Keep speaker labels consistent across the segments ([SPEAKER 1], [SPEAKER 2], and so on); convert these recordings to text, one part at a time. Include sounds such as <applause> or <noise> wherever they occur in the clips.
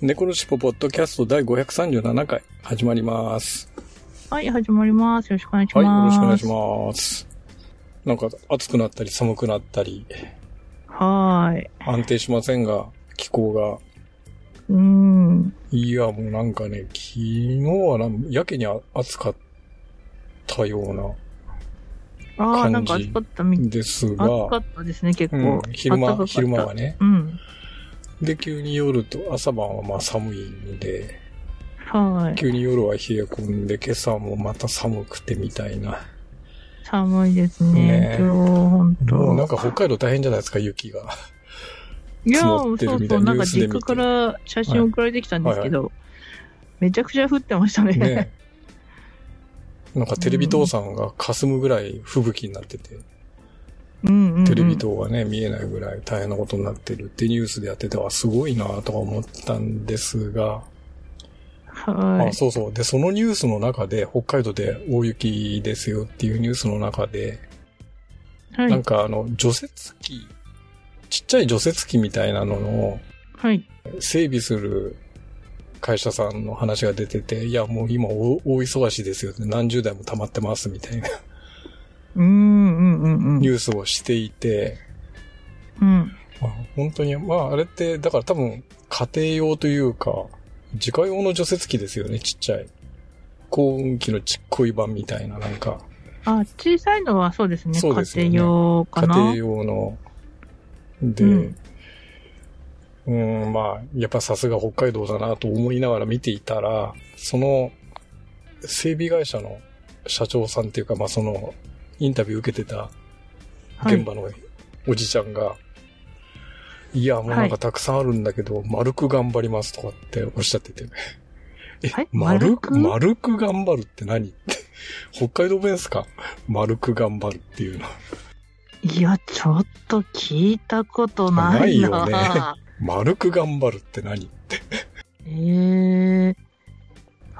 [SPEAKER 1] 猫のしっぽポッドキャスト第537回始まります。
[SPEAKER 2] はい、始まります。よろしくお願いしま
[SPEAKER 1] はい、
[SPEAKER 2] す。
[SPEAKER 1] よろしくお願いします。なんか暑くなったり寒くなったり
[SPEAKER 2] す。はーい。
[SPEAKER 1] 安定しませんが、気候が
[SPEAKER 2] うーん。
[SPEAKER 1] いや、もうなんかね、昨日はなんやけに暑かったような
[SPEAKER 2] ああ、
[SPEAKER 1] 感じ
[SPEAKER 2] なんか暑かったみ、
[SPEAKER 1] ん
[SPEAKER 2] 暑
[SPEAKER 1] ですが、
[SPEAKER 2] かったですね、結
[SPEAKER 1] うん
[SPEAKER 2] 構。
[SPEAKER 1] 昼
[SPEAKER 2] 暖かか
[SPEAKER 1] 間、
[SPEAKER 2] った
[SPEAKER 1] 昼間は。ね。
[SPEAKER 2] うん。
[SPEAKER 1] で、急に夜と朝晩はまあ寒いんで、
[SPEAKER 2] はーい。
[SPEAKER 1] 急に夜は冷え込んで、今朝もまた寒くてみたいな。
[SPEAKER 2] 寒いです
[SPEAKER 1] ね
[SPEAKER 2] ね。今日、ほん
[SPEAKER 1] もうなんか
[SPEAKER 2] と。
[SPEAKER 1] 北海道大変じゃないですか、雪が。
[SPEAKER 2] いや
[SPEAKER 1] 積も
[SPEAKER 2] ー、
[SPEAKER 1] って
[SPEAKER 2] そ
[SPEAKER 1] る
[SPEAKER 2] う
[SPEAKER 1] みた
[SPEAKER 2] そ、
[SPEAKER 1] いうな
[SPEAKER 2] な
[SPEAKER 1] ニュー
[SPEAKER 2] んか
[SPEAKER 1] スで見て
[SPEAKER 2] 実家から写真送られてきたんですけど、めちゃくちゃ降ってましたね。
[SPEAKER 1] ね。なんかテレビ塔さんが霞むぐらい吹雪になってて、
[SPEAKER 2] うんうんうん。
[SPEAKER 1] テレビ塔がね、見えないぐらい大変なことになってるってニュースでやってて、あ、すごいなとか思ったんですが、
[SPEAKER 2] は
[SPEAKER 1] あそうそう。で、そのニュースの中で、北海道で大雪ですよっていうニュースの中で、
[SPEAKER 2] い。は
[SPEAKER 1] なん
[SPEAKER 2] い。
[SPEAKER 1] かあの、除雪機、ちっちゃい除雪機みたいなのを
[SPEAKER 2] はい。
[SPEAKER 1] 整備する会社さんの話が出てて、いや、もう今大大忙しいですよって、何十台も溜まってますみたいな <laughs>
[SPEAKER 2] うーんうんうんうん
[SPEAKER 1] ニ。ュースをしていて、
[SPEAKER 2] うん。
[SPEAKER 1] まあ、本当に、まああれって、だから多分家庭用というか、自家用の除雪機ですよね、ちっちゃい。幸運機のちっこい版みたいな、なんか。
[SPEAKER 2] あ、小さいのはそうですね。
[SPEAKER 1] そうですよ
[SPEAKER 2] 家
[SPEAKER 1] ね
[SPEAKER 2] 庭用か
[SPEAKER 1] 家
[SPEAKER 2] な。
[SPEAKER 1] 庭用の。で、う
[SPEAKER 2] うん
[SPEAKER 1] ーん、まあ、やっぱさすが北海道だなと思いながら見ていたら、その、整備会社の社長さんっていうか、まあその、インタビュー受けてた
[SPEAKER 2] はい
[SPEAKER 1] 現場のおじちゃんが、い、や、もうなんかたくさんあるんだけど、丸く頑張りますとかっておっしゃってて。え
[SPEAKER 2] はい、
[SPEAKER 1] 丸く丸
[SPEAKER 2] 丸
[SPEAKER 1] く頑張るって何って。北海道弁ですか丸く頑張るっていうの。
[SPEAKER 2] いや、ちょっと聞いたことないな。
[SPEAKER 1] ないよ丸く頑張るって何って。
[SPEAKER 2] <laughs> ええ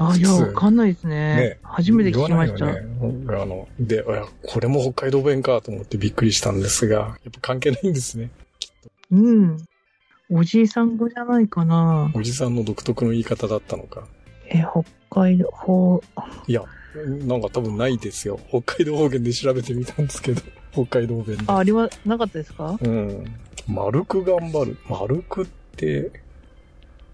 [SPEAKER 2] あ、いや、
[SPEAKER 1] 普通
[SPEAKER 2] わかんないですね。
[SPEAKER 1] ね
[SPEAKER 2] 初めて聞きました。
[SPEAKER 1] 言わないよね。あの、で、あこれも北海道弁かと思ってびっくりしたんですが、やっぱ関係ないんですね。
[SPEAKER 2] うん。おじいさん語じゃないかな。
[SPEAKER 1] おじさんの独特の言い方だったのか。
[SPEAKER 2] え、北海道、ほう、
[SPEAKER 1] いや、なんか多分ないですよ。北海道方言で調べてみたんですけど、北海道弁で。
[SPEAKER 2] あ、あれはなかったですか
[SPEAKER 1] うん。丸く頑張る。丸くって、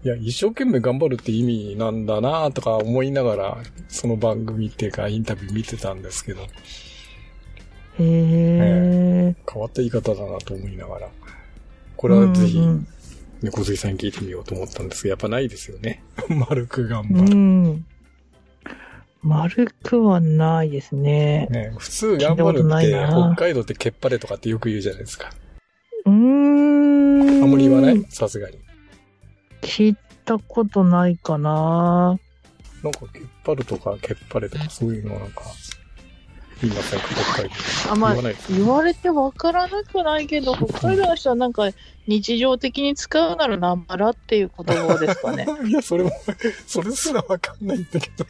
[SPEAKER 1] いや、一生懸命頑張るって意味なんだなとか思いながら、その番組っていうかインタビュー見てたんですけど、
[SPEAKER 2] へえ。
[SPEAKER 1] 変わった言い方だなと思いながら。これはぜひ、
[SPEAKER 2] うん
[SPEAKER 1] 猫好きさんに聞いてみようと思ったんですが、やっぱないですよね。 <laughs> 丸く頑
[SPEAKER 2] うん、
[SPEAKER 1] 張る。
[SPEAKER 2] うん丸くはないですね。
[SPEAKER 1] ね、普通頑張るって、
[SPEAKER 2] 聞いたことない
[SPEAKER 1] 北
[SPEAKER 2] な
[SPEAKER 1] 海道ってけっぱれとかってよく言うじゃないですか。
[SPEAKER 2] うーん。
[SPEAKER 1] あんまり言わないさすがに。
[SPEAKER 2] 聞いたことないかな。
[SPEAKER 1] なんか、けっぱるとか、けっぱれとか、そういうのなんか、言いませんか、北海道。
[SPEAKER 2] あ、
[SPEAKER 1] 言
[SPEAKER 2] まあ
[SPEAKER 1] わ、ないです。
[SPEAKER 2] 言われてわからなくないけど、北海道の人はなんか日常的に使うならなまらっていう言葉ですか
[SPEAKER 1] <laughs>
[SPEAKER 2] ね。
[SPEAKER 1] いや、それも、それすらわかんないんだけど。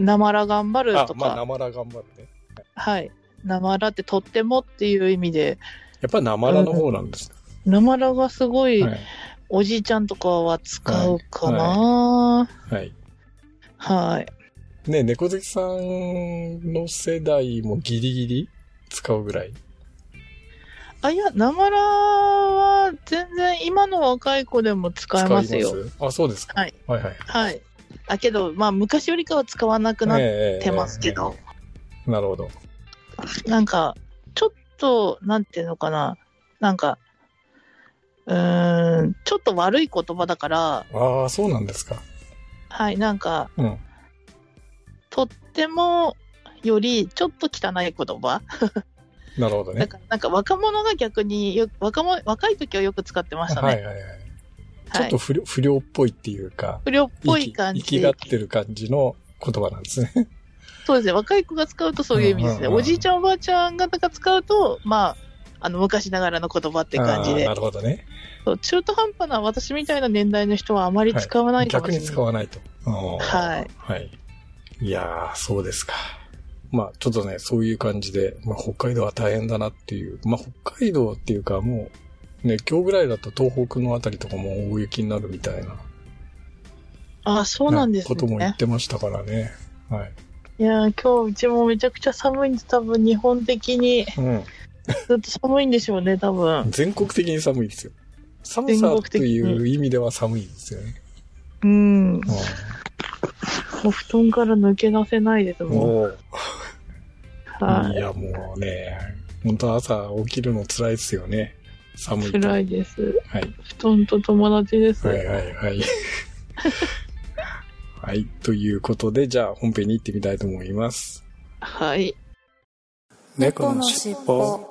[SPEAKER 2] な <laughs> まら頑張る
[SPEAKER 1] あ
[SPEAKER 2] と、
[SPEAKER 1] まあ、
[SPEAKER 2] か、
[SPEAKER 1] なまら頑張るね。
[SPEAKER 2] はい。なまらってとってもっていう意味で、
[SPEAKER 1] やっぱなまらの方なんです。
[SPEAKER 2] なまらがすごい
[SPEAKER 1] はい。
[SPEAKER 2] おじいちゃんとかは使うかな。
[SPEAKER 1] はい。
[SPEAKER 2] はい。
[SPEAKER 1] ね、猫好きさんの世代もギリギリ使うぐらい。
[SPEAKER 2] あ、いや、なまらは全然今の若い子でも使えますよ。
[SPEAKER 1] 使います。あ、そうですか。
[SPEAKER 2] はい。
[SPEAKER 1] はいはい。
[SPEAKER 2] はい。あ、けど、まあ昔よりかは使わなくなっ
[SPEAKER 1] って
[SPEAKER 2] ますけど。
[SPEAKER 1] なるほど。
[SPEAKER 2] なんか、ちょっと、なんていうのかな、なんか、うーん、ちょっと悪い言葉だから、
[SPEAKER 1] ああ、そうなんですか。
[SPEAKER 2] はい、なんか、
[SPEAKER 1] うん。
[SPEAKER 2] とってもより、ちょっと汚い言葉。
[SPEAKER 1] なるほど
[SPEAKER 2] なん
[SPEAKER 1] ね。
[SPEAKER 2] か、なんか若者が逆によ、若者、若い時はよく使ってましたね。
[SPEAKER 1] はいはいはい。ちょっと不良,、不良っぽいっていうか、
[SPEAKER 2] 不良っぽい感
[SPEAKER 1] 生き
[SPEAKER 2] じ。
[SPEAKER 1] がってる感じの言葉なんですね。
[SPEAKER 2] そうですね。若い子が使うとそういう意味で
[SPEAKER 1] う
[SPEAKER 2] すね。
[SPEAKER 1] んうんうん
[SPEAKER 2] おじいちゃんおばあちゃんがなんか使うと、まあ、あの、昔ながらの言葉って感じ
[SPEAKER 1] あー
[SPEAKER 2] で
[SPEAKER 1] な。るほどね。
[SPEAKER 2] そう中途半端な私みたいな年代の人はあまり使わないかも
[SPEAKER 1] 逆
[SPEAKER 2] しれ
[SPEAKER 1] に
[SPEAKER 2] ない。
[SPEAKER 1] 使わないと。は
[SPEAKER 2] はい。
[SPEAKER 1] はい。いやー、そうですか。まあ、ちょっとね、そういう感じで、まあ、北海道は大変だなっていう。まあ、北海道っていうか、もう、ね、今日ぐらいだと東北のあたりとかも大雪になるみたいな、
[SPEAKER 2] あ、そうなんです
[SPEAKER 1] ことも言
[SPEAKER 2] ね
[SPEAKER 1] っ。てましたからね。はい。
[SPEAKER 2] いやー、今日うちもめちゃくちゃ寒いんで、多分日本的に
[SPEAKER 1] うん。
[SPEAKER 2] ずっと寒いんでしょうね、多分。
[SPEAKER 1] 全国的に寒いですよ。寒さという意味では寒いですよね。
[SPEAKER 2] うん。もう布団から抜け出せないです
[SPEAKER 1] うん
[SPEAKER 2] もん。
[SPEAKER 1] もう、
[SPEAKER 2] はい
[SPEAKER 1] や、もうね、本当朝起きるの辛いですよね。寒
[SPEAKER 2] い。
[SPEAKER 1] いと。
[SPEAKER 2] 辛
[SPEAKER 1] はい。
[SPEAKER 2] いです。布団と友達です。
[SPEAKER 1] はいはいはい。はい。ということで、じゃあ本編に行ってみたいと思います。
[SPEAKER 2] はい。
[SPEAKER 3] 猫のしっぽ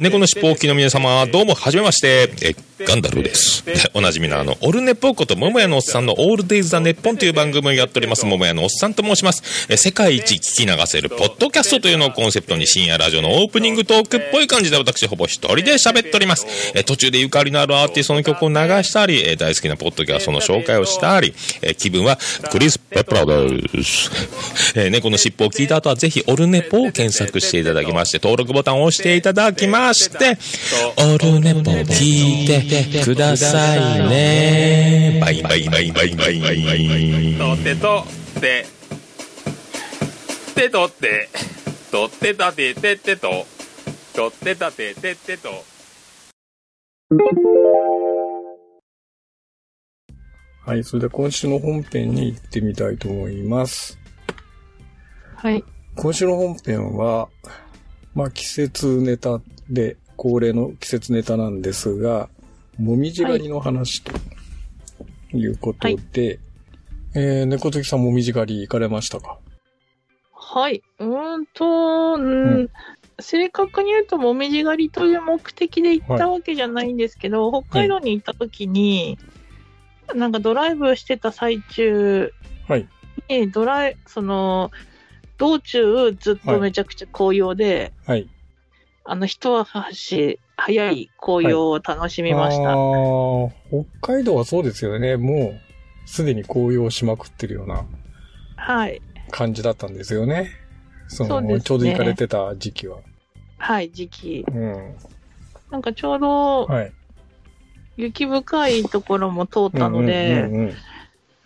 [SPEAKER 4] 猫のしっぽお聞きの皆様、どうも、はじめまして、え、ガンダルーです。で <laughs> おなじみのあの、オルネポこと、桃屋のおっさんのオールデイズ・ザ・ネッポンという番組をやっております、桃屋のおっさんと申します。え、世界一聞き流せる、ポッドキャストというのをコンセプトに深夜ラジオのオープニングトークっぽい感じで私、ほぼ一人で喋っております。え、途中でゆかりのあるアーティストの曲を流したり、え、大好きなポッドキャストの紹介をしたり、え、気分は、クリス・ペプラーです。え、猫のしっぽを聞いた後は、ぜひ、オルネポを検索していただきまして、登録ボタンを押していただきまして、オルネポ聞いてくださいね。バイバイバイバイバイバイバイ。
[SPEAKER 5] とてと、て。てとて。とてたてててと。とてたてててと。
[SPEAKER 1] はい。それでは今週の本編に行ってみたいと思います。
[SPEAKER 2] はい。
[SPEAKER 1] 今週の本編は、まあ季節ネタで、恒例の季節ネタなんですが、もみじ狩りの話ということで、
[SPEAKER 2] はい
[SPEAKER 1] えー、猫好きさんもみじ狩り行かれましたか
[SPEAKER 2] はい。うーんと、うーん
[SPEAKER 1] う
[SPEAKER 2] 正確に言うと、もみじ狩りという目的で行ったわけじゃないんですけど、北海道に行った時に、なんかドライブしてた最中
[SPEAKER 1] はい。
[SPEAKER 2] に、ドライ、その、道中ずっとめちゃくちゃ紅葉で、
[SPEAKER 1] はい。
[SPEAKER 2] あの、一足早い紅葉を楽しみまし
[SPEAKER 1] あ
[SPEAKER 2] た。
[SPEAKER 1] ー北海道はそうですよね。もう、すでに紅葉しまくってるような
[SPEAKER 2] はい。
[SPEAKER 1] 感じだったんですよね。その
[SPEAKER 2] そうですね
[SPEAKER 1] ちょうど行かれてた時期は。
[SPEAKER 2] はい、時期。
[SPEAKER 1] うん。
[SPEAKER 2] なんかちょうど
[SPEAKER 1] はい。
[SPEAKER 2] 雪深いところも通ったので、
[SPEAKER 1] うんうんうんうん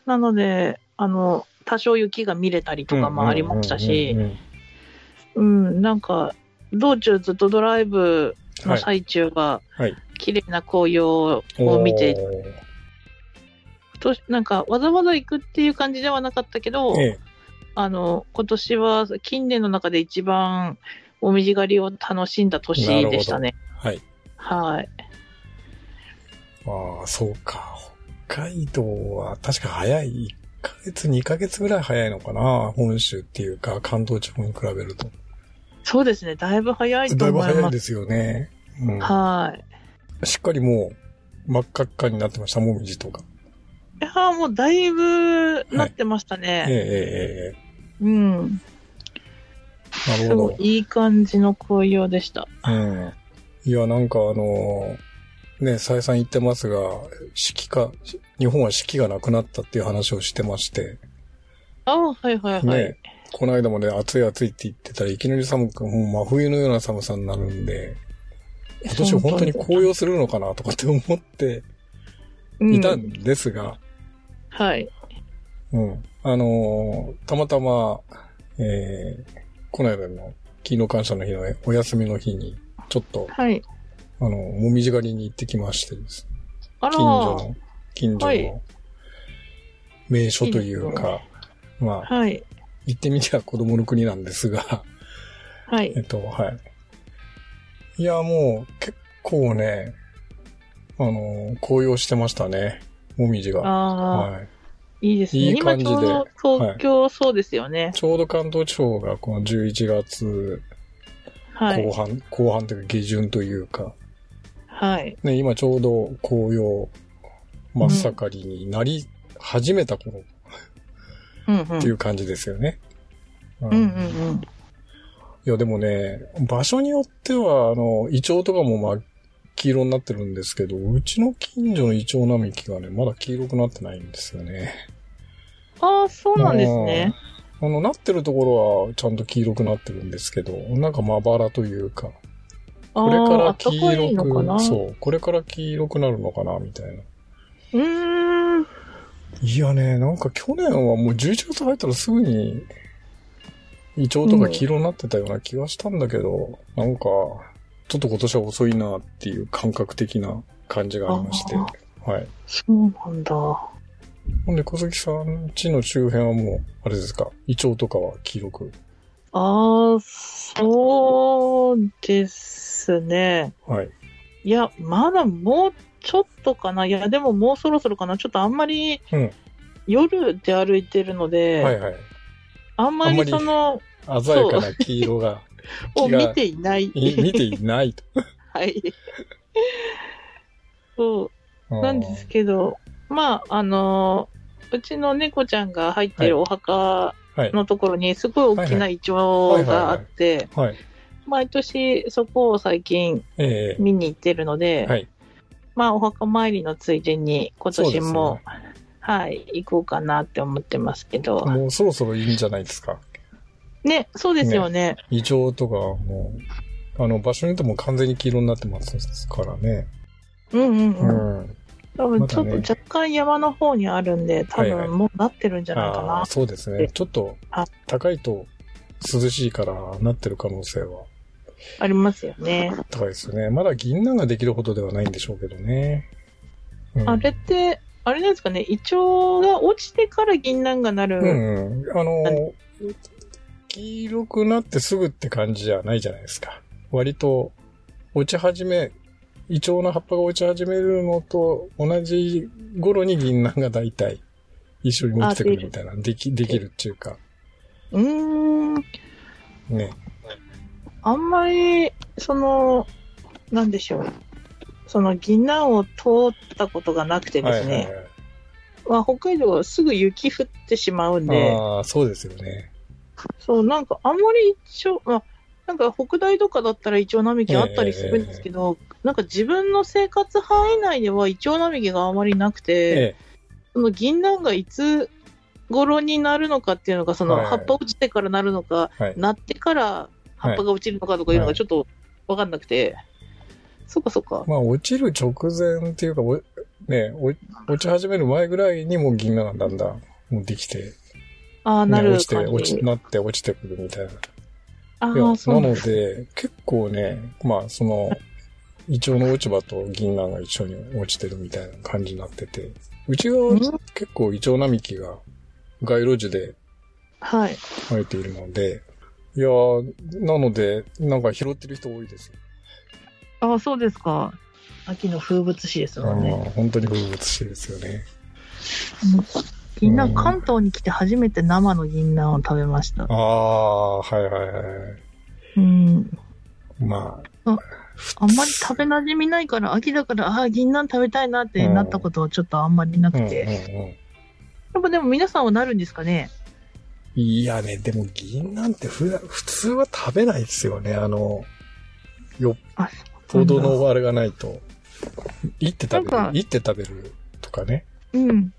[SPEAKER 2] なので、あの、多少雪が見れたりとかもありました
[SPEAKER 1] うんう、
[SPEAKER 2] し
[SPEAKER 1] んうんうん
[SPEAKER 2] うん、なんか、道中ずっとドライブ
[SPEAKER 1] うんは
[SPEAKER 2] の
[SPEAKER 1] い。
[SPEAKER 2] 最中は
[SPEAKER 1] はい、
[SPEAKER 2] 綺麗な紅葉を見て、
[SPEAKER 1] おー
[SPEAKER 2] となんか、わざわざ行くっていう感じではなかったけど、
[SPEAKER 1] ええ
[SPEAKER 2] あの、今年は近年の中で一番、もみじ狩りを楽しんだ年でしたね。
[SPEAKER 1] はい。
[SPEAKER 2] はい。
[SPEAKER 1] ああ、そうか。北海道は確か早い。1ヶ月、2ヶ月ぐらい早いのかな。本州っていうか、関東地方に比べると。
[SPEAKER 2] そうですね、だいぶ早いと
[SPEAKER 1] だいぶ
[SPEAKER 2] 思い
[SPEAKER 1] 早い
[SPEAKER 2] ます。
[SPEAKER 1] ですよね。うん、
[SPEAKER 2] はい。
[SPEAKER 1] しっかりもう、真っ赤っかになってました、もみじとか。
[SPEAKER 2] いやーもうだいぶなってました
[SPEAKER 1] え
[SPEAKER 2] ね。
[SPEAKER 1] ええええ
[SPEAKER 2] うん。
[SPEAKER 1] えな
[SPEAKER 2] す
[SPEAKER 1] る
[SPEAKER 2] ご
[SPEAKER 1] ほ
[SPEAKER 2] いいい感じの紅葉でした。
[SPEAKER 1] ど。うん。いや、なんかあのーね、再三言ってますが、四季か、日本は四季がなくなったっていう話をしてまして、
[SPEAKER 2] あはい <laughs> はいはい。
[SPEAKER 1] ねこの間もね、暑い暑いって言ってたらいきなり寒く、もう真冬のような寒さになるんで、今年本当に紅葉するのかなとかって思っていた
[SPEAKER 2] うんん
[SPEAKER 1] ですが、
[SPEAKER 2] はい。
[SPEAKER 1] うん。あのーたまたま、えー、この間の勤労感謝の日のお休みの日に、ちょっと、
[SPEAKER 2] はい。
[SPEAKER 1] あの、もみじ狩りに行ってきましてです。
[SPEAKER 2] あら
[SPEAKER 1] 近所の、近所
[SPEAKER 2] はい
[SPEAKER 1] の名所というか、まあ、
[SPEAKER 2] はい。
[SPEAKER 1] 行ってみては子供の国なんですが、
[SPEAKER 2] は
[SPEAKER 1] え
[SPEAKER 2] い。
[SPEAKER 1] っと、はい。いや、もう、結構ね、あの、紅葉してましたね。もみじが。
[SPEAKER 2] ああ、
[SPEAKER 1] はい。
[SPEAKER 2] いいですね。
[SPEAKER 1] いい感じで
[SPEAKER 2] 今ちょうど東京、そうですよね。
[SPEAKER 1] ちょうど関東地方がこの11月
[SPEAKER 2] はい。
[SPEAKER 1] 後半、後半というか下旬というか、
[SPEAKER 2] はい。
[SPEAKER 1] ね、今ちょうど紅葉真っ盛りになり始めた頃っ
[SPEAKER 2] うんう
[SPEAKER 1] てい
[SPEAKER 2] ん。
[SPEAKER 1] う感じですよね。う
[SPEAKER 2] うんうん
[SPEAKER 1] い
[SPEAKER 2] うん。
[SPEAKER 1] や、でもね、場所によっては、あの、イチョウとかもまあ、黄色になってるんですけど、うちの近所のイチョウ並木がね、まだ黄色くなってないんですよね。
[SPEAKER 2] ああ、そうなんですね。
[SPEAKER 1] あの、なってるところはちゃんと黄色くなってるんですけど、なんかまばらというか、
[SPEAKER 2] あ
[SPEAKER 1] これから黄
[SPEAKER 2] ああったかいのか
[SPEAKER 1] 色
[SPEAKER 2] な
[SPEAKER 1] く、そう、これから黄色くなるのかな、みたいな。
[SPEAKER 2] うーん。
[SPEAKER 1] いやね、なんか去年はもう11月入ったらすぐに、イチョウとか黄色になってたような気がしたんだけど、なんか、ちょっと今年は遅いなっていう感覚的な感じがありまして。
[SPEAKER 2] あ
[SPEAKER 1] はい。
[SPEAKER 2] そうなんだ。
[SPEAKER 1] ほんで、小杉さん家の周辺はもう、あれですか、イチョウとかは黄色く。
[SPEAKER 2] ああ、そうですね。
[SPEAKER 1] はい。
[SPEAKER 2] いや、まだもうちょっとかな。いや、でももうそろそろかな。ちょっとあんまり
[SPEAKER 1] うん、
[SPEAKER 2] 夜で歩いてるので、
[SPEAKER 1] はいはい。
[SPEAKER 2] あんま
[SPEAKER 1] あんま
[SPEAKER 2] り
[SPEAKER 1] り
[SPEAKER 2] その、
[SPEAKER 1] 鮮やかな黄色が、
[SPEAKER 2] を
[SPEAKER 1] 気
[SPEAKER 2] 見
[SPEAKER 1] が
[SPEAKER 2] ていない。
[SPEAKER 1] い見ていないと。
[SPEAKER 2] はい。そう。 <laughs> なんですけど、まあ、あのー、うちの猫ちゃんが入ってるお墓
[SPEAKER 1] はい
[SPEAKER 2] のところにすごい大きなイチョウがあって、
[SPEAKER 1] ど。はい。
[SPEAKER 2] 毎年そこを最近
[SPEAKER 1] え
[SPEAKER 2] 見に行ってるの
[SPEAKER 1] え
[SPEAKER 2] で、
[SPEAKER 1] はい。
[SPEAKER 2] まあ、お墓参りのついでに今
[SPEAKER 1] そう
[SPEAKER 2] 年
[SPEAKER 1] ですね
[SPEAKER 2] も、はい、行こうかなって思ってますけど、
[SPEAKER 1] もうそろそろいいんじゃないですか。
[SPEAKER 2] ね、そうですよね。
[SPEAKER 1] イチョウとか、もう、あの、場所によってもう完全に黄色になってますからね。
[SPEAKER 2] うんうん
[SPEAKER 1] う
[SPEAKER 2] うん。
[SPEAKER 1] ん。
[SPEAKER 2] 多分ちょっ
[SPEAKER 1] まだね
[SPEAKER 2] と若干山の方にあるんで、多
[SPEAKER 1] はいはい
[SPEAKER 2] 分もうなってるんじゃないかな。
[SPEAKER 1] あーそうですね。ちょっと
[SPEAKER 2] あ、
[SPEAKER 1] 高いと涼しいからなってる可能性は
[SPEAKER 2] ありますよね。
[SPEAKER 1] 高いですよね。まだ銀杏ができるほどではないんでしょうけどね。うん
[SPEAKER 2] あれって、あれなんですかね、胃腸が落ちてから銀杏がなる。
[SPEAKER 1] うん、うん。あ
[SPEAKER 2] あ
[SPEAKER 1] の、黄色くなってすぐって感じじゃないじゃないですか。割と、落ち始め、イチョウの葉っぱが落ち始めるのと同じ頃に銀杏が大体一緒に持ってくるみたいな、でき、できるっていうか、
[SPEAKER 2] うーん。
[SPEAKER 1] ね。
[SPEAKER 2] あんまり、その、なんでしょう。その銀杏を通ったことがなくてですね、
[SPEAKER 1] はい。
[SPEAKER 2] まあ、北海道はすぐ雪降ってしまうんで、
[SPEAKER 1] ああ、そうですよね。
[SPEAKER 2] そう、なんかあんまり一応、まあ、なんか北大とかだったらイチョウ並木あったりするんですけど、なんか自分の生活範囲内ではイチョウ並木があまりなくて、
[SPEAKER 1] え
[SPEAKER 2] その銀杏がいつ頃になるのかっていうのが、その
[SPEAKER 1] はい
[SPEAKER 2] 葉っぱ落ちてからなるのか、
[SPEAKER 1] え、はい。
[SPEAKER 2] なってから葉っぱが落ちるのかとかいうの
[SPEAKER 1] は
[SPEAKER 2] が
[SPEAKER 1] い
[SPEAKER 2] ちょっと分かんなくて、そっかそっか。
[SPEAKER 1] まあ、落ちる直前っていうか、おね、お落ち始める前ぐらいにもう銀杏がだんだん、もうできて、
[SPEAKER 2] ああ、な
[SPEAKER 1] ね、
[SPEAKER 2] る
[SPEAKER 1] 落ちて、
[SPEAKER 2] 感
[SPEAKER 1] 落ち、
[SPEAKER 2] じ。
[SPEAKER 1] なって落ちてくるみたいな。
[SPEAKER 2] あ
[SPEAKER 1] いや
[SPEAKER 2] あ、そう
[SPEAKER 1] な
[SPEAKER 2] な
[SPEAKER 1] の
[SPEAKER 2] の。
[SPEAKER 1] で、結構ね、まあ、その、イチョウの落ち葉と銀杏が一緒に落ちてるみたいな感じになってて、うち
[SPEAKER 2] う
[SPEAKER 1] は
[SPEAKER 2] ん
[SPEAKER 1] 結構イチョウ並木が街路樹で
[SPEAKER 2] はい。
[SPEAKER 1] 生えているので、いやーなので、なんか拾ってる人多いですよ。
[SPEAKER 2] ああ、そうですか。秋の風物詩ですもんね。
[SPEAKER 1] あー本当に風物詩ですよね。
[SPEAKER 2] 銀杏、
[SPEAKER 1] うん
[SPEAKER 2] 関東に来て初めて生の銀杏を食べました。
[SPEAKER 1] ああ、はいはいはい。
[SPEAKER 2] うん。
[SPEAKER 1] まあ、
[SPEAKER 2] あんまり食べ馴染みないから、秋だから、ああ、銀杏食べたいなってなったことはちょっとあんまりなく
[SPEAKER 1] うんうん
[SPEAKER 2] て。
[SPEAKER 1] うん。
[SPEAKER 2] やっぱでも皆さんはなるんですかね
[SPEAKER 1] いやね、でも銀なんて普段、普通は食べないですよね。あの、よっ
[SPEAKER 2] あ、
[SPEAKER 1] ぽどのあれがないと。いって食べ
[SPEAKER 2] な
[SPEAKER 1] る
[SPEAKER 2] ん。か
[SPEAKER 1] いって食べるとかね。
[SPEAKER 2] うん。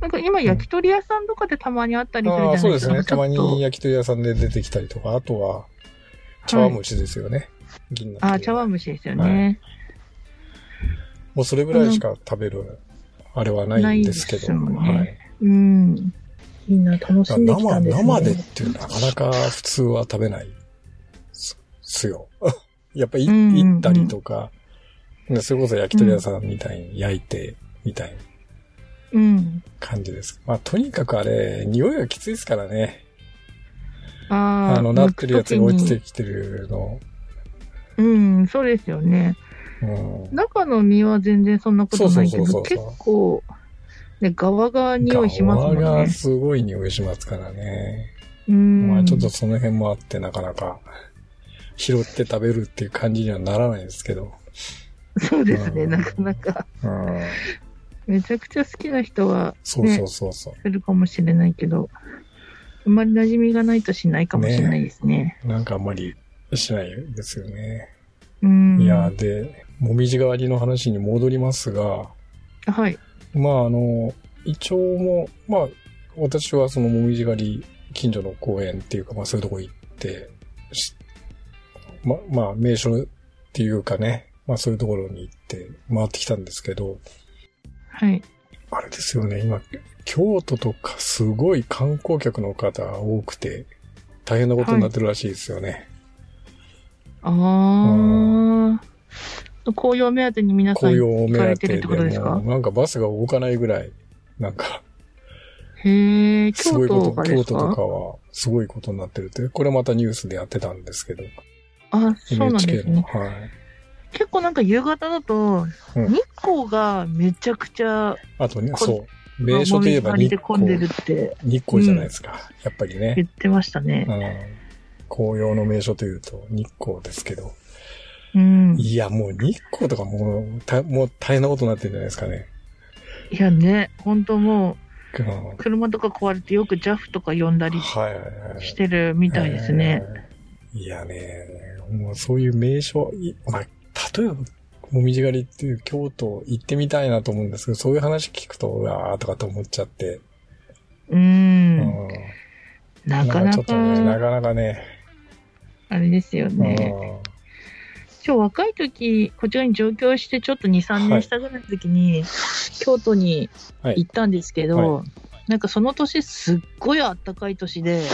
[SPEAKER 2] なんか今焼き鳥屋さんとかでたまにあったりするじゃ
[SPEAKER 1] ああ
[SPEAKER 2] ない
[SPEAKER 1] ー、
[SPEAKER 2] ですか。
[SPEAKER 1] そうですね。
[SPEAKER 2] ち
[SPEAKER 1] た
[SPEAKER 2] ょっと
[SPEAKER 1] まに焼き鳥屋さんで出てきたりとか、あとは、茶碗蒸しですよね。銀なんて。
[SPEAKER 2] あー茶碗蒸しですよね。
[SPEAKER 1] もうそれぐらいしか食べる、あれはないんですけど。
[SPEAKER 2] ないですもんね
[SPEAKER 1] はい。
[SPEAKER 2] うん。みんな楽しんできた
[SPEAKER 1] 生
[SPEAKER 2] んですね。
[SPEAKER 1] 生でっていうのはなかなか普通は食べないっすすよ。 <laughs> やっぱりい
[SPEAKER 2] うんうんうん
[SPEAKER 1] 行ったりとか、ねそれこそ焼き鳥屋さんみたいに焼いて、みたいな
[SPEAKER 2] うん。
[SPEAKER 1] 感じです。まあとにかくあれ、匂いがきついですからね。
[SPEAKER 2] あー
[SPEAKER 1] あの、なってるやつが落ちて
[SPEAKER 2] 抜く
[SPEAKER 1] きてるの。
[SPEAKER 2] 時にうん、そうですよね。
[SPEAKER 1] うん。
[SPEAKER 2] 中の身は全然そんなことないけど、
[SPEAKER 1] そうそうそうそう
[SPEAKER 2] 結構、で、側が匂いしますもん
[SPEAKER 1] 側が
[SPEAKER 2] ね。
[SPEAKER 1] すごい匂いしますからね。
[SPEAKER 2] うん。
[SPEAKER 1] まあちょっとその辺もあってなかなか拾って食べるっていう感じにはならないですけど。
[SPEAKER 2] そうですね、
[SPEAKER 1] うん
[SPEAKER 2] なかなか。
[SPEAKER 1] うん。
[SPEAKER 2] めちゃくちゃ好きな人は、
[SPEAKER 1] そうそうそうそう。
[SPEAKER 2] するかもしれないけど、あまり馴染みがないとしないかもしれないですね。
[SPEAKER 1] なんかあんまりしないですよね。
[SPEAKER 2] うん。
[SPEAKER 1] いや、で、もみじ狩りの話に戻りますが、
[SPEAKER 2] はい。
[SPEAKER 1] まああの、イチョウも、まあ私はそのもみじ狩り近所の公園っていうか、まあそういうとこ行って、しま、まあ名所っていうかね、まあそういうところに行って回ってきたんですけど、
[SPEAKER 2] はい。
[SPEAKER 1] あれですよね、今、京都とかすごい観光客の方多くて、大変なことになってるらしいですよね。
[SPEAKER 2] あー。紅葉目当てに皆さん
[SPEAKER 1] 紅
[SPEAKER 2] 行
[SPEAKER 1] 葉を目
[SPEAKER 2] か
[SPEAKER 1] 当
[SPEAKER 2] れて
[SPEAKER 1] て
[SPEAKER 2] るっ
[SPEAKER 1] で
[SPEAKER 2] てことですか
[SPEAKER 1] もうなんかバスが動かないぐらい、なんか、
[SPEAKER 2] へえ、
[SPEAKER 1] すご
[SPEAKER 2] 京
[SPEAKER 1] いこと、
[SPEAKER 2] 都がで
[SPEAKER 1] 京
[SPEAKER 2] す
[SPEAKER 1] 都とか
[SPEAKER 2] か
[SPEAKER 1] はすごいことになってるって、これまたニュースでやってたんですけど、
[SPEAKER 2] あ、そうなんで
[SPEAKER 1] NHK
[SPEAKER 2] す
[SPEAKER 1] の。
[SPEAKER 2] ね。
[SPEAKER 1] はい。
[SPEAKER 2] 結構なんか夕方だと、
[SPEAKER 1] うん
[SPEAKER 2] 日光がめちゃくちゃ、
[SPEAKER 1] あとね、
[SPEAKER 2] こ
[SPEAKER 1] そう、名所といえば日
[SPEAKER 2] で混んで
[SPEAKER 1] 光
[SPEAKER 2] る、って
[SPEAKER 1] 日光じゃないですか、やっぱり
[SPEAKER 2] 言
[SPEAKER 1] ね。
[SPEAKER 2] ってました
[SPEAKER 1] う
[SPEAKER 2] ね。
[SPEAKER 1] ん紅葉の名所というと日光ですけど、
[SPEAKER 2] うん。い
[SPEAKER 1] いや、もう日光とかもう、たもう大変なことになってるんじゃないですかね。
[SPEAKER 2] やね、本当も
[SPEAKER 1] うん
[SPEAKER 2] う、車とか壊れてよく JAF とか呼んだり
[SPEAKER 1] はいはいはい。
[SPEAKER 2] してるみたいですね。
[SPEAKER 1] えー。いやね、もうそういう名所、いまあ、例えば、もみじ狩りっていう京都行ってみたいなと思うんですけど、そういう話聞くと、うわーとかと思っちゃって。
[SPEAKER 2] うん。
[SPEAKER 1] うん
[SPEAKER 2] なかなん
[SPEAKER 1] ちょっとね、な
[SPEAKER 2] か、
[SPEAKER 1] かなかね。
[SPEAKER 2] あれですよ
[SPEAKER 1] うん
[SPEAKER 2] ね。超若い時、こちらに上京してちょっと2、3
[SPEAKER 1] はい
[SPEAKER 2] 年したぐらいの時に、京都に
[SPEAKER 1] はい
[SPEAKER 2] 行ったんですけど、なんかその年すっごい暖かい年で、
[SPEAKER 1] はい。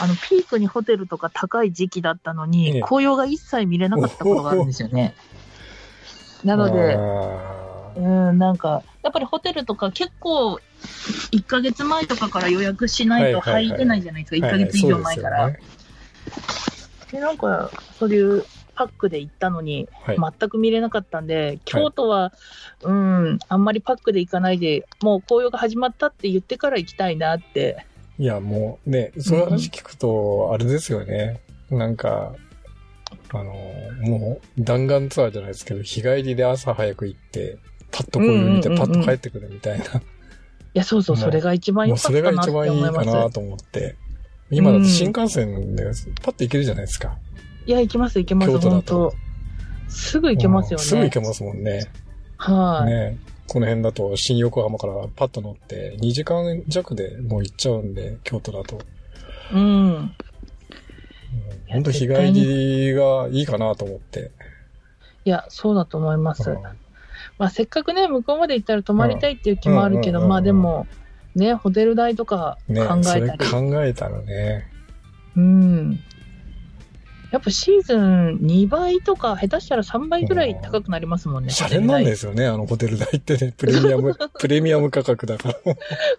[SPEAKER 2] あのピークにホテルとか高い時期だったのに、
[SPEAKER 1] ええ
[SPEAKER 2] 紅葉が一切見れなかったことがあるんですよね。なので、
[SPEAKER 1] あ
[SPEAKER 2] うん、なんか、やっぱりホテルとか結構、1ヶ月前とかから予約しないと
[SPEAKER 1] はいはいはい
[SPEAKER 2] 入れないじゃないです
[SPEAKER 1] ー
[SPEAKER 2] か、1ヶ月以上前から。
[SPEAKER 1] はいはい
[SPEAKER 2] で、なんか、そういうパックで行ったのに、
[SPEAKER 1] はい
[SPEAKER 2] 全く見れなかったんで、京都は、うん、あんまりパックで行かないで、もう紅葉が始まったって言ってから行きたいなって。
[SPEAKER 1] いや、もうね、そういう話聞くと、あれですよね。なんか、あの、もう弾丸ツアーじゃないですけど、日帰りで朝早く行って、パッと紅葉見て、
[SPEAKER 2] うんうんうん
[SPEAKER 1] パ
[SPEAKER 2] うん
[SPEAKER 1] ッと帰ってくるみたいな。
[SPEAKER 2] いや、そうそう、
[SPEAKER 1] ね
[SPEAKER 2] それが一
[SPEAKER 1] も
[SPEAKER 2] 番良
[SPEAKER 1] う
[SPEAKER 2] か
[SPEAKER 1] そ
[SPEAKER 2] っ
[SPEAKER 1] れ
[SPEAKER 2] た
[SPEAKER 1] が
[SPEAKER 2] なっ
[SPEAKER 1] 一
[SPEAKER 2] て
[SPEAKER 1] 番いい
[SPEAKER 2] 思い
[SPEAKER 1] か
[SPEAKER 2] ます。
[SPEAKER 1] なと思って。今だって新幹線でパッと行けるじゃないですか。
[SPEAKER 2] いや、行きます、行けます、
[SPEAKER 1] 京都だ
[SPEAKER 2] 本
[SPEAKER 1] と
[SPEAKER 2] 当すぐ行けますよ
[SPEAKER 1] う
[SPEAKER 2] ね。
[SPEAKER 1] んすぐ行けますもんね。
[SPEAKER 2] はい、
[SPEAKER 1] ねこの辺だと新横浜からパッと乗って、2時間弱でもう行っちゃうんで、京都だと。
[SPEAKER 2] うん。
[SPEAKER 1] 本当日帰りがいいかなと思って。
[SPEAKER 2] いや、そうだと思います。
[SPEAKER 1] うん
[SPEAKER 2] まあ、せっかくね、向こうまで行ったら泊まりたいっていう気もあるけど、
[SPEAKER 1] うんうんうんうん
[SPEAKER 2] まあでも、ね、ホテル代とか考
[SPEAKER 1] ねそ
[SPEAKER 2] え
[SPEAKER 1] れ
[SPEAKER 2] たり、
[SPEAKER 1] 考えたらね。
[SPEAKER 2] うん。やっぱシーズン2倍とか、下手したら3倍ぐらい高くなりますもんね。
[SPEAKER 1] シャレになん
[SPEAKER 2] ホテル
[SPEAKER 1] で
[SPEAKER 2] 代
[SPEAKER 1] すよね、あのホテル代ってね、プレミア
[SPEAKER 2] <laughs>
[SPEAKER 1] ム、プレミアム価格だから。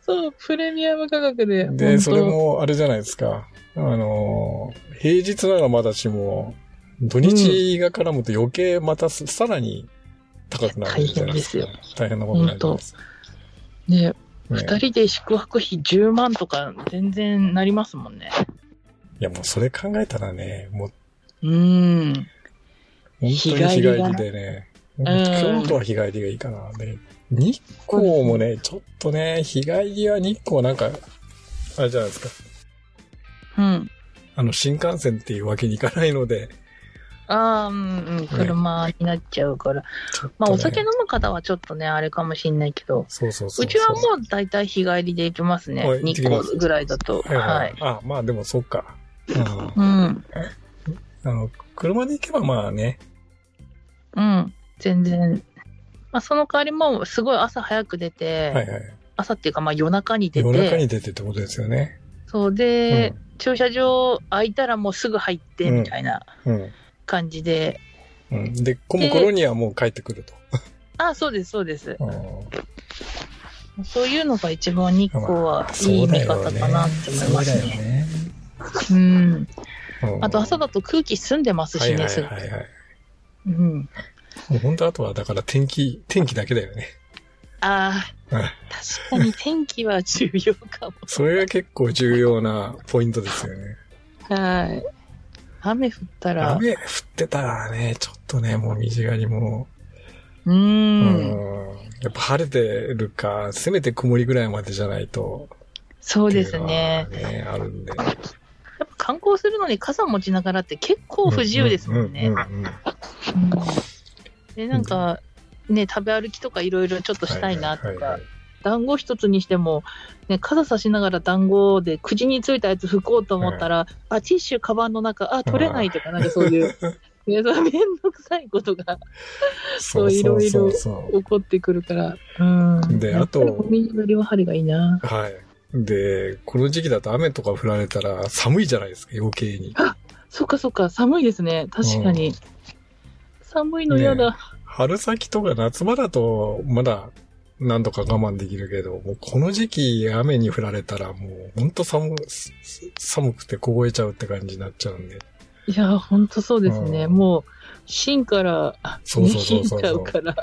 [SPEAKER 2] そう、プレミアム価格
[SPEAKER 1] で、
[SPEAKER 2] で。本当
[SPEAKER 1] それもあれじゃないですか。あのー、平日ならまだしも、土日が絡むと余計またすさらに高くなるじゃないですか。
[SPEAKER 2] 大変
[SPEAKER 1] 大変なことになります。
[SPEAKER 2] ね、
[SPEAKER 1] ね
[SPEAKER 2] 2人で宿泊費10万とか、全然なりますもんね。
[SPEAKER 1] いや、もうそれ考えたらね、もう
[SPEAKER 2] うん。
[SPEAKER 1] 本当に日帰りでね、
[SPEAKER 2] 帰りがねうん
[SPEAKER 1] 京都は日帰りがいいかな。で、日光もね、ちょっとね、日帰りは日光なんか、あれじゃないですか。
[SPEAKER 2] うん。
[SPEAKER 1] あの、新幹線っていうわけにいかないので、
[SPEAKER 2] ああ、うんうん、車になっちゃうから。
[SPEAKER 1] ちょっとね
[SPEAKER 2] まあ、お酒飲む方はちょっとね、あれかもしんないけど、
[SPEAKER 1] そうそうそうそう
[SPEAKER 2] うちはもう大体日帰りで行きますね
[SPEAKER 1] はい。
[SPEAKER 2] 日光ぐらいだと。
[SPEAKER 1] はいはい。
[SPEAKER 2] はい。
[SPEAKER 1] あ、まあでもそっか。うん
[SPEAKER 2] うん。
[SPEAKER 1] あの、車で行けばまあね。
[SPEAKER 2] うん。全然。まあ、その代わりも、すごい朝早く出て、
[SPEAKER 1] はいはい。
[SPEAKER 2] 朝っていうか、まあ、夜中に出
[SPEAKER 1] 夜中
[SPEAKER 2] て、
[SPEAKER 1] に出てってことですよね。
[SPEAKER 2] そうで、駐車場空いたらもうすぐ入って、
[SPEAKER 1] うん
[SPEAKER 2] みたいな
[SPEAKER 1] うん。
[SPEAKER 2] 感じで、
[SPEAKER 1] うん。で、混む頃にはもう帰ってくると。
[SPEAKER 2] ああ、そうです、そうです。
[SPEAKER 1] うん
[SPEAKER 2] そういうのが一番日光
[SPEAKER 1] ま
[SPEAKER 2] は
[SPEAKER 1] あ
[SPEAKER 2] い
[SPEAKER 1] そ
[SPEAKER 2] いう
[SPEAKER 1] だ
[SPEAKER 2] 見
[SPEAKER 1] よ
[SPEAKER 2] 方かなって思います
[SPEAKER 1] そうだよ
[SPEAKER 2] ね。
[SPEAKER 1] ね。
[SPEAKER 2] うん。
[SPEAKER 1] うん
[SPEAKER 2] あと、朝だと空気澄んでます
[SPEAKER 1] はい
[SPEAKER 2] し
[SPEAKER 1] はい
[SPEAKER 2] ね、
[SPEAKER 1] は
[SPEAKER 2] すぐ。
[SPEAKER 1] いはい。
[SPEAKER 2] うん。
[SPEAKER 1] もう本当あとはだから天気、天気だけだよね。
[SPEAKER 2] ああ、確かに天気は重要かも。
[SPEAKER 1] それが結構重要なポイントですよね。
[SPEAKER 2] はい。雨降ったら、
[SPEAKER 1] 雨降ってたらね、ちょっとね、もう身近にも
[SPEAKER 2] う
[SPEAKER 1] う、
[SPEAKER 2] ーん、
[SPEAKER 1] うんやっぱ晴れてるか、せめて曇りぐらいまでじゃないと。
[SPEAKER 2] そう
[SPEAKER 1] ってい
[SPEAKER 2] ですね。
[SPEAKER 1] うのはね。あるんで。
[SPEAKER 2] やっぱ観光するのに傘持ちながらって結構不自由ですもんね。
[SPEAKER 1] ううんうん
[SPEAKER 2] うんで、なんか、ね、食べ歩きとかいろいろちょっとしたいなとか、
[SPEAKER 1] はいはいはいはい
[SPEAKER 2] 団子一つにしても、ね、傘差しながら団子で口についたやつ拭こうと思ったら、あ、ティッシュカバンの中、あ、取れないとか、なんかそういう、ねそうめんどくさいことが
[SPEAKER 1] そうそうそうそう。
[SPEAKER 2] 起こってくるから、うん。
[SPEAKER 1] で
[SPEAKER 2] やっぱり
[SPEAKER 1] あと
[SPEAKER 2] コンビニのりは針がいいな。
[SPEAKER 1] はい。で、この時期だと雨とか降られたら寒いじゃないですか、余計
[SPEAKER 2] <laughs>
[SPEAKER 1] に。
[SPEAKER 2] そっかそっか、寒いですね、確かに。寒いの嫌だ。
[SPEAKER 1] 春先とか夏場だと、まだ、何度か我慢できるけど、もうこの時期雨に降られたらもうほんと寒、す寒くて凍えちゃうって感じになっちゃうんで。
[SPEAKER 2] いや、ほんとそうですね。
[SPEAKER 1] うん
[SPEAKER 2] もう、芯から、
[SPEAKER 1] そうそうそうそう
[SPEAKER 2] ね引いちゃうから。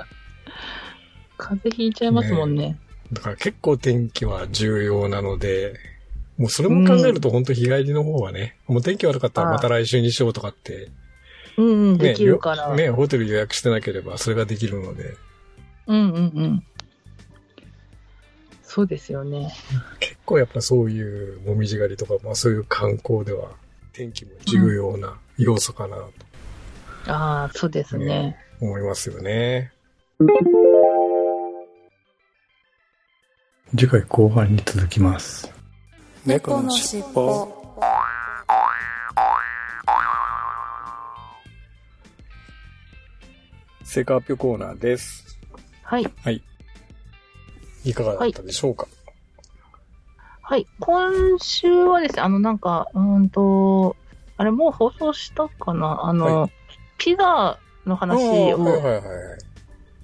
[SPEAKER 2] 風邪ひいちゃいますもんね。
[SPEAKER 1] だから結構天気は重要なので、もうそれも考えると本当日帰りの方はね、もう天気悪かったらまた来週にしようとかって、
[SPEAKER 2] うんう
[SPEAKER 1] ね
[SPEAKER 2] ん、できるから。
[SPEAKER 1] ね、ホテル予約してなければそれができるので、
[SPEAKER 2] うんうんうん。そうですよね。
[SPEAKER 1] 結構やっぱそういうもみじ狩りとか、まあそういう観光では天気も重要な要素かなと
[SPEAKER 2] ああ、そうですね。
[SPEAKER 1] ね思いますよね。
[SPEAKER 6] 次回後半に続きます。
[SPEAKER 3] 猫のしっぽ
[SPEAKER 1] 成果発表コーナーです。
[SPEAKER 2] はい。
[SPEAKER 1] いかがだったでしょうか、
[SPEAKER 2] はい。今週はですね、あの、なんか、うーんと、あれ、もう放送したかなあの、
[SPEAKER 1] は
[SPEAKER 2] ピザの話
[SPEAKER 1] おーはい
[SPEAKER 2] を
[SPEAKER 1] はいはいはい。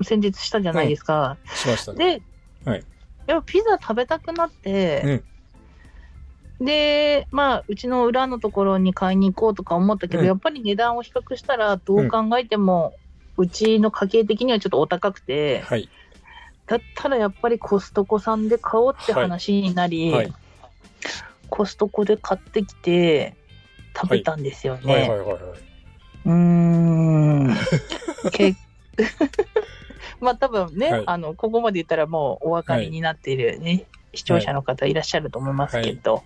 [SPEAKER 2] 先日したじゃないですか。
[SPEAKER 1] しましたね。
[SPEAKER 2] で、
[SPEAKER 1] はい
[SPEAKER 2] やっぱピザ食べたくなって、で、まあ、うちの裏のところに買いに行こうとか思ったけど、
[SPEAKER 1] うん
[SPEAKER 2] やっぱり値段を比較したら、どう考えても、うちの家計的にはちょっとお高くて、
[SPEAKER 1] はい。
[SPEAKER 2] だったらやっぱりコストコさんで買おうって話になり、
[SPEAKER 1] はい。
[SPEAKER 2] コストコで買ってきて、食べたんですよね。
[SPEAKER 1] はいはいはいはい。
[SPEAKER 2] うーん。 <laughs> けまあ多分ね、
[SPEAKER 1] はい
[SPEAKER 2] あの、ここまで言ったらもうお分かりになっているね、視聴者の方いらっしゃると思いますけど、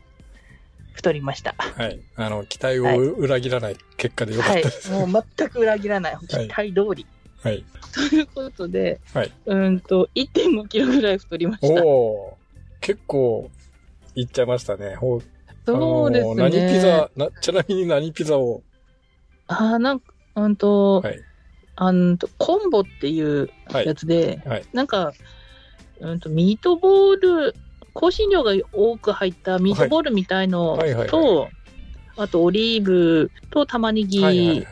[SPEAKER 2] 太りました。
[SPEAKER 1] はい。あの、期待
[SPEAKER 2] はい
[SPEAKER 1] を裏切らない結果でよかった
[SPEAKER 2] はい
[SPEAKER 1] で。す。
[SPEAKER 2] もう全く裏切らない。期
[SPEAKER 1] い
[SPEAKER 2] 待通り。
[SPEAKER 1] はい。
[SPEAKER 2] ということで、
[SPEAKER 1] はい、
[SPEAKER 2] うーんと、1.5キロぐらい太りました。
[SPEAKER 1] おー、結構、いっちゃいましたね。ほう
[SPEAKER 2] そうですね。
[SPEAKER 1] あのー何ピザ、な、ちなみに何ピザを。
[SPEAKER 2] あーなんか、うんと、
[SPEAKER 1] はい。
[SPEAKER 2] あんと、コンボっていう
[SPEAKER 1] はい
[SPEAKER 2] や。つで、
[SPEAKER 1] はい
[SPEAKER 2] なんか、うんと、ミートボール、香辛料が多く入ったミートボールみたいの
[SPEAKER 1] はいはいはい
[SPEAKER 2] と、あとオリーブと玉ねぎ、
[SPEAKER 1] はいはいはい。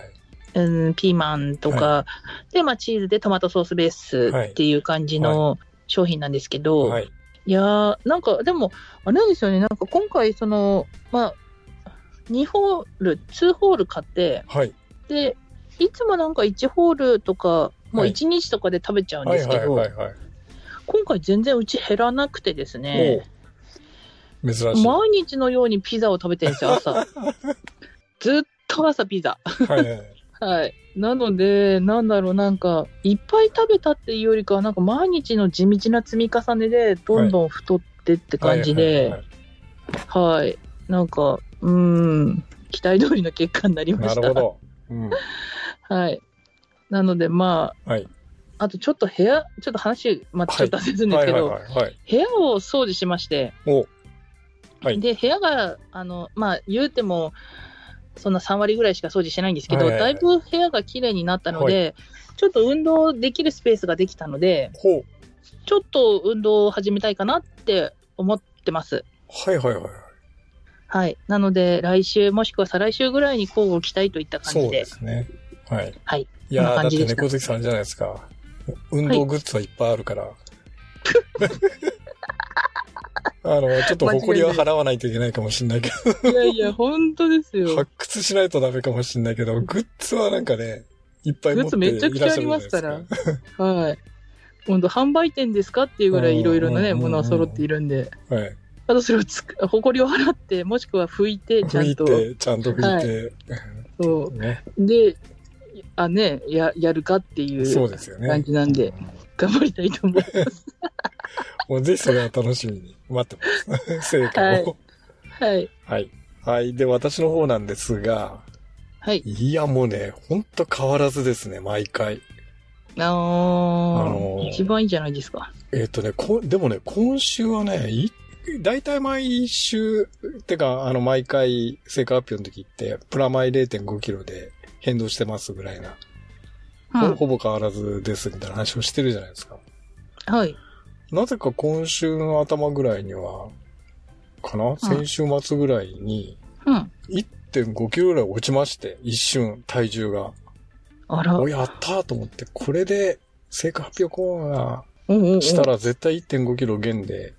[SPEAKER 2] うん、ピーマンとか、で、まあ、チーズでトマトソースベースっていう感じの商品なんですけど、、
[SPEAKER 1] はいい。
[SPEAKER 2] やー、なんか、でも、あれですよね、なんか今回、その、まあ、2ホール、2ホール買って、
[SPEAKER 1] はい。
[SPEAKER 2] で、いつもなんか1ホールとか、もう
[SPEAKER 1] はい
[SPEAKER 2] 1日とかで食べちゃうん
[SPEAKER 1] は
[SPEAKER 2] で
[SPEAKER 1] い
[SPEAKER 2] す
[SPEAKER 1] は
[SPEAKER 2] け
[SPEAKER 1] い
[SPEAKER 2] ど、
[SPEAKER 1] はいはい。
[SPEAKER 2] 今回全然うち減らなくてですね、
[SPEAKER 1] おー珍しい。は
[SPEAKER 2] 毎日のようにピザを食べてるんですよ、
[SPEAKER 1] <laughs>
[SPEAKER 2] 朝。ずっと朝ピザ。
[SPEAKER 1] いはいはい。
[SPEAKER 2] はい。なので、なんだろう、なんか、いっぱい食べたっていうよりかは、なんか毎日の地道な積み重ねで、どんどん太ってって感じで、
[SPEAKER 1] は
[SPEAKER 2] はい
[SPEAKER 1] い
[SPEAKER 2] なんか、うーん、期待通りの結果になり
[SPEAKER 1] はい
[SPEAKER 2] ま
[SPEAKER 1] な
[SPEAKER 2] した。
[SPEAKER 1] るほど。うん。
[SPEAKER 2] <laughs> はい。なので、まあ、
[SPEAKER 1] はい
[SPEAKER 2] あとちょっと部屋、ちょっと話、まあ、ちょっとせずんですけど、
[SPEAKER 1] はいはいはいはい。
[SPEAKER 2] 部屋を掃除しまして、
[SPEAKER 1] おはい
[SPEAKER 2] で部屋があの、まあ、言うても、そんな3割ぐらいしか掃除してないんですけど、
[SPEAKER 1] はいはいはい
[SPEAKER 2] だいぶ部屋が綺麗になったので、ちょっと運動できるスペースができたので、
[SPEAKER 1] ほう。
[SPEAKER 2] ちょっと運動を始めたいかなって思ってます。
[SPEAKER 1] はいはいはいはい。
[SPEAKER 2] はい、なので、来週もしくは再来週ぐらいに交互期待といった感じ
[SPEAKER 1] そう
[SPEAKER 2] で
[SPEAKER 1] で、すね。はい。
[SPEAKER 2] はい。
[SPEAKER 1] いや
[SPEAKER 2] こん
[SPEAKER 1] ーだ
[SPEAKER 2] な感
[SPEAKER 1] っ
[SPEAKER 2] じ
[SPEAKER 1] て
[SPEAKER 2] でした
[SPEAKER 1] 猫好きさんじゃないですか。運動グッズはいっぱいある
[SPEAKER 2] <laughs>
[SPEAKER 1] から。あの、ちょっと誇りは払わないといけないかもしれないけ
[SPEAKER 2] いやいや、本当です
[SPEAKER 1] ど、
[SPEAKER 2] よ。
[SPEAKER 1] 発掘しないとダメかもしれないけど、グッズはなんかね、いっぱい
[SPEAKER 2] グ
[SPEAKER 1] 持
[SPEAKER 2] ッ
[SPEAKER 1] っ
[SPEAKER 2] ズ
[SPEAKER 1] ていらっ
[SPEAKER 2] め
[SPEAKER 1] し
[SPEAKER 2] ち
[SPEAKER 1] ゃ
[SPEAKER 2] ゃ
[SPEAKER 1] る
[SPEAKER 2] く
[SPEAKER 1] じ
[SPEAKER 2] ち
[SPEAKER 1] ゃ
[SPEAKER 2] ゃ
[SPEAKER 1] な
[SPEAKER 2] あ
[SPEAKER 1] い
[SPEAKER 2] り
[SPEAKER 1] で
[SPEAKER 2] ますす
[SPEAKER 1] か
[SPEAKER 2] から。はい。本当販売店ですかっていうぐらいいろいろなね、
[SPEAKER 1] うんうんうんう
[SPEAKER 2] も
[SPEAKER 1] ん
[SPEAKER 2] のは揃っているんで、
[SPEAKER 1] はい。
[SPEAKER 2] あとそれをつく、ほこりを払って、もしくは拭いて、ちゃ
[SPEAKER 1] 拭
[SPEAKER 2] ん
[SPEAKER 1] い
[SPEAKER 2] と。
[SPEAKER 1] て、ちゃんと拭いて、
[SPEAKER 2] そ
[SPEAKER 1] ね。
[SPEAKER 2] う。で、あ、ね、や、やるかってい
[SPEAKER 1] そう
[SPEAKER 2] う
[SPEAKER 1] ですよね。
[SPEAKER 2] 感じなんで、頑張りたい
[SPEAKER 1] <laughs>
[SPEAKER 2] と思います。
[SPEAKER 1] もうぜひそれは楽しみに待ってます。 <laughs> 成果を。
[SPEAKER 2] はい。
[SPEAKER 1] はい。はい。で、私の方なんですが、
[SPEAKER 2] はい。
[SPEAKER 1] いや、もうね、ほんと変わらずですね、毎回。
[SPEAKER 2] あの
[SPEAKER 1] あのー
[SPEAKER 2] 一番いいんじゃないですか。
[SPEAKER 1] えっ、とね、こん、でもね、今週はね、い、大体毎週、てか、あの、毎回、成果発表の時って、プラマイ0.5キロで変動してますぐらいな、
[SPEAKER 2] う
[SPEAKER 1] ほ
[SPEAKER 2] ん
[SPEAKER 1] ほぼ変わらずですみたいな話をしてるじゃないですか。
[SPEAKER 2] はい。
[SPEAKER 1] なぜか今週の頭ぐらいには、かな先週末ぐらいに、
[SPEAKER 2] うん。
[SPEAKER 1] 1.5キロぐらい落ちまして、一瞬、体重が。
[SPEAKER 2] あら。
[SPEAKER 1] お、やったーと思って、これで、成果発表コーナ
[SPEAKER 2] うんうんうん
[SPEAKER 1] ーしたら絶対1.5キロ減で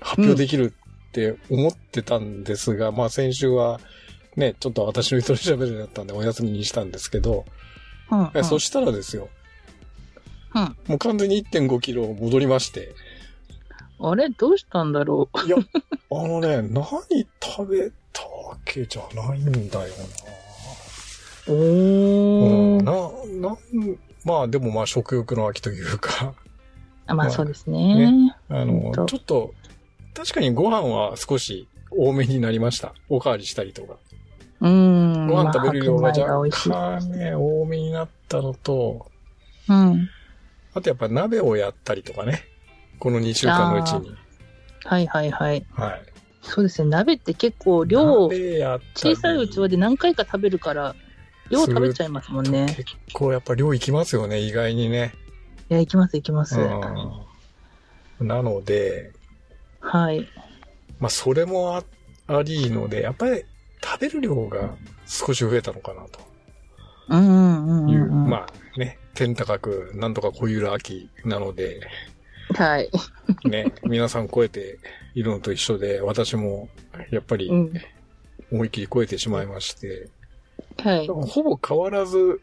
[SPEAKER 1] 発表できるって思ってたんですが、まあ先週は、ね、ちょっと私の一人喋りだったんでお休みにしたんですけど、
[SPEAKER 2] うん
[SPEAKER 1] えそしたらですよ、
[SPEAKER 2] うん
[SPEAKER 1] もう完全に1.5キロ戻りまして、
[SPEAKER 2] あれどうしたんだろう。
[SPEAKER 1] いや、あのね、何食べたわけじゃないんだよな。
[SPEAKER 2] お
[SPEAKER 1] う
[SPEAKER 2] ー
[SPEAKER 1] ん、な、なん、まあでもまあ食欲の秋というか、
[SPEAKER 2] あまあそうですね。
[SPEAKER 1] あ
[SPEAKER 2] ほん
[SPEAKER 1] の、
[SPEAKER 2] と
[SPEAKER 1] ちょっと、確かにご飯は少し多めになりました。おかわりしたりとか。
[SPEAKER 2] うん。
[SPEAKER 1] ご飯食べる量が
[SPEAKER 2] まあ白米美
[SPEAKER 1] 若
[SPEAKER 2] 味しい
[SPEAKER 1] 干ね、多めになったのと、
[SPEAKER 2] うん。
[SPEAKER 1] あとやっぱ鍋をやったりとかね。この2週間のうちに。
[SPEAKER 2] はいはいはい。
[SPEAKER 1] はい。
[SPEAKER 2] そうですね。鍋って結構量を
[SPEAKER 1] 鍋やったり
[SPEAKER 2] 小さい器で何回か食べるから、量食べちゃいますもんね。
[SPEAKER 1] 結構やっぱ量いきますよね、意外にね。
[SPEAKER 2] いや、いきますいきます。
[SPEAKER 1] うんなので、
[SPEAKER 2] はい。
[SPEAKER 1] まあ、それもあありので、やっぱり食べる量が少し増えたのかなと
[SPEAKER 2] うんうんうん
[SPEAKER 1] いう、
[SPEAKER 2] うんうん。
[SPEAKER 1] まあね、天高く、なんとかこういう秋なので、
[SPEAKER 2] はい。
[SPEAKER 1] ね、皆さん超えているのと一緒で、私もやっぱり
[SPEAKER 2] うん。
[SPEAKER 1] 思いっきり超えてしまいまして、
[SPEAKER 2] はい。
[SPEAKER 1] ほぼ変わらず、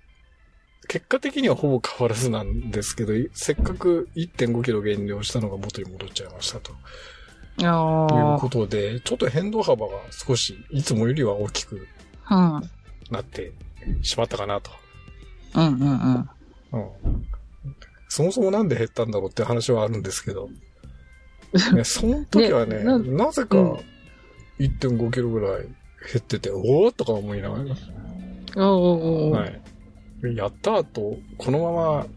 [SPEAKER 1] 結果的にはほぼ変わらずなんですけど、せっかく1.5キロ減量したのが元に戻っちゃいましたと。という
[SPEAKER 2] あ
[SPEAKER 1] ことで、ちょっと変動幅が少し、いつもよりは大きく
[SPEAKER 2] あ。うん。
[SPEAKER 1] なってしまったかなと。
[SPEAKER 2] うんうんうん。
[SPEAKER 1] うん。そもそもなんで減ったんだろうって話はあるんです
[SPEAKER 2] <laughs>
[SPEAKER 1] けど、ね、その時はね、
[SPEAKER 2] ね
[SPEAKER 1] な
[SPEAKER 2] なん
[SPEAKER 1] ぜか
[SPEAKER 2] うん
[SPEAKER 1] 1.5キロぐらい減ってて、おおとか思いながら、
[SPEAKER 2] おおおーおー。
[SPEAKER 1] はい。やったーと、このまま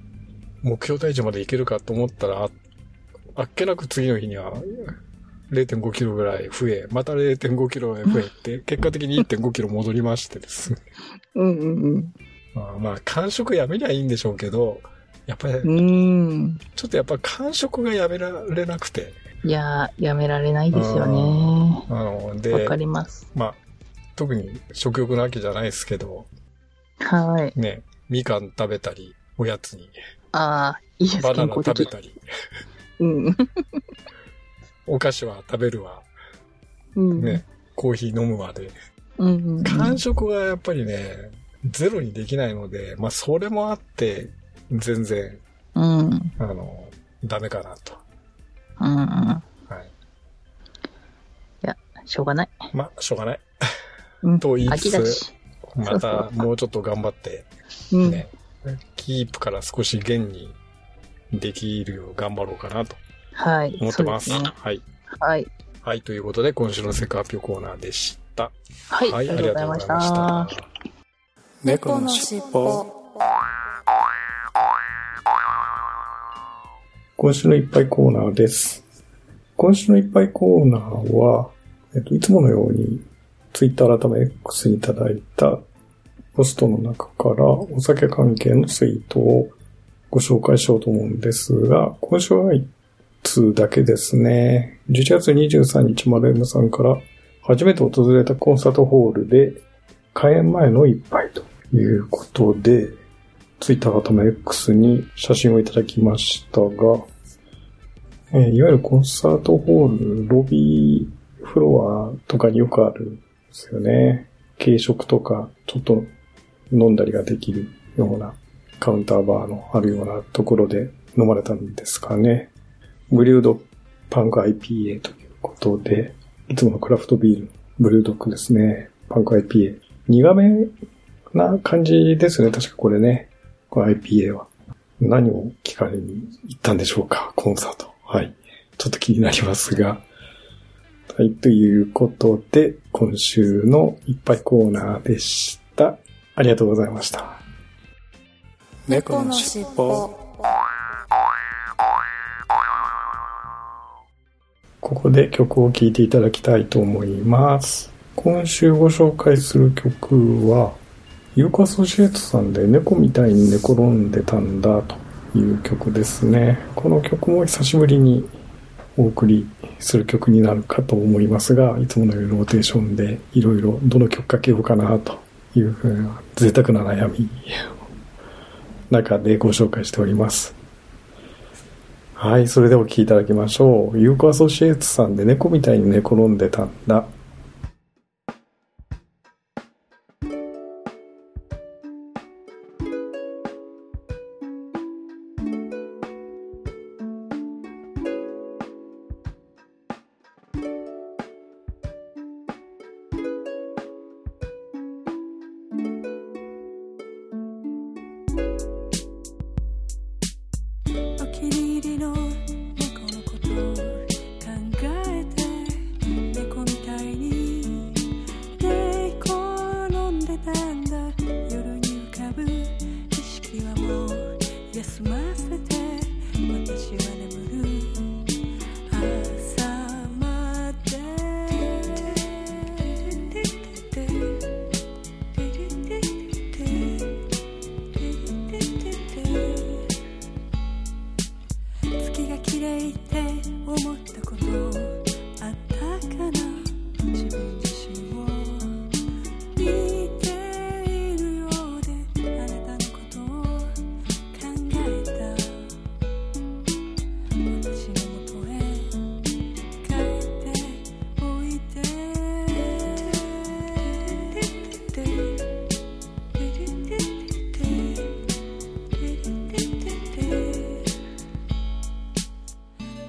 [SPEAKER 1] 目標体重までいけるかと思ったら、ああっけなく次の日には0.5キロぐらい増え、また0.5キロぐらい増え
[SPEAKER 2] <laughs>
[SPEAKER 1] て、結果的に1.5キロ戻りましてですね。
[SPEAKER 2] うんうん
[SPEAKER 1] まあまあ、間食やめりゃいいんでしょうけど、やっぱり、
[SPEAKER 2] うん。うん。
[SPEAKER 1] ちょっとやっぱ間食がやめられなくて、
[SPEAKER 2] いやー、やめられないですよね。
[SPEAKER 1] あの、
[SPEAKER 2] わ
[SPEAKER 1] で
[SPEAKER 2] か、ります。
[SPEAKER 1] まあ、特に食欲の秋じゃないですけど、
[SPEAKER 2] はい。
[SPEAKER 1] ね、みかん食べたり、おやつに、
[SPEAKER 2] ああ、いいです、
[SPEAKER 1] バナ
[SPEAKER 2] 健
[SPEAKER 1] ナ
[SPEAKER 2] 康
[SPEAKER 1] 食べ
[SPEAKER 2] 的。
[SPEAKER 1] たり、
[SPEAKER 2] うん。
[SPEAKER 1] お菓子は食べるわ、
[SPEAKER 2] うん。
[SPEAKER 1] ね、コーヒー飲むわで。
[SPEAKER 2] うんうんうん。
[SPEAKER 1] 感触がやっぱりね、ゼロにできないので、まあそれもあって、全然、
[SPEAKER 2] うん。うん
[SPEAKER 1] あの、ダメかなと。
[SPEAKER 2] うん。
[SPEAKER 1] はい。
[SPEAKER 2] しょうがない。
[SPEAKER 1] まあ、しょうがない。
[SPEAKER 2] うん
[SPEAKER 1] と言い
[SPEAKER 2] 秋
[SPEAKER 1] つ
[SPEAKER 2] だ
[SPEAKER 1] つ、
[SPEAKER 2] し。
[SPEAKER 1] またもうちょっと頑張って、
[SPEAKER 2] うん。
[SPEAKER 1] ね、キープから少し減にできるよう頑張ろうかなと
[SPEAKER 2] はい。
[SPEAKER 1] 思ってます。
[SPEAKER 2] そうですね
[SPEAKER 1] はい。
[SPEAKER 2] はい。
[SPEAKER 1] はい、ということで今週のセカ発表コーナーでした。
[SPEAKER 2] はい。ありがとうございました。。
[SPEAKER 3] 猫のしっぽ
[SPEAKER 1] 今週のいっぱいコーナーです。今週のいっぱいコーナーは、えっと、いつものように、ツイッター改め X にいただいたポストの中からお酒関係のツイートをご紹介しようと思うんですが、今週は1通だけですね。11月23日、丸 M さんから、初めて訪れたコンサートホールで、開演前の一杯ということで、ツイッター改め X に写真をいただきましたが、えーいわゆるコンサートホール、ロビーフロアとかによくあるんですよね。軽食とか、ちょっと飲んだりができるようなカウンターバーのあるようなところで、飲まれたんですかね。ブリュードパンク IPA ということで、いつものクラフトビール、ブリュードックですね。パンク IPA。苦めな感じですね。確かこれね。これ IPA は。何を聞かれに行ったんでしょうか。コンサート。はい。ちょっと気になりますが。はい。ということで、今週のいっぱいコーナーでした。ありがとうございました。
[SPEAKER 3] 猫のしっぽ
[SPEAKER 1] ここで曲を聴いていただきたいと思います。今週ご紹介する曲は、ユーコアソシエートさんで猫みたいに寝転んでたんだという曲ですね。この曲も久しぶりにお送りする曲になるかと思いますが、いつものようにローテーションでいろいろどの曲かけようかなというふうな贅沢な悩みの中でご紹介しております。はい、それではお聴きいただきましょう。ユーコアソシエーツさんで猫みたいに寝転んでたんだ。
[SPEAKER 7] お気に入りの猫のことを考えて猫みたいに寝転んでたんだ夜に浮かぶ意識はもう休ませて私は眠る朝まで月が綺麗って思ったことあったかな自分自身を見ているようであなたのことを考えた私のもとへ帰っておいで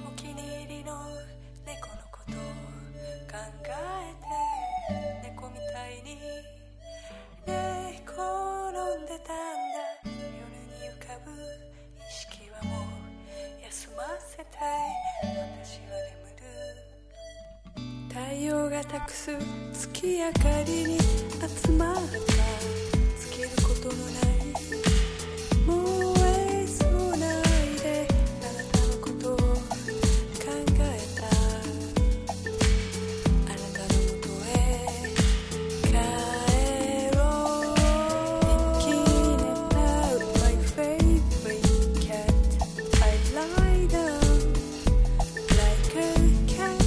[SPEAKER 7] お気に入りの猫のことを考えて猫みたいに寝転んでたんだ夜に浮かぶ意識はもう休ませて私は眠る太陽が託す月明かりに集まった尽きることのない燃えそうないであなたのことを考えたあなたのもとへ帰ろう Thinking about my favorite cat I lie down like a cat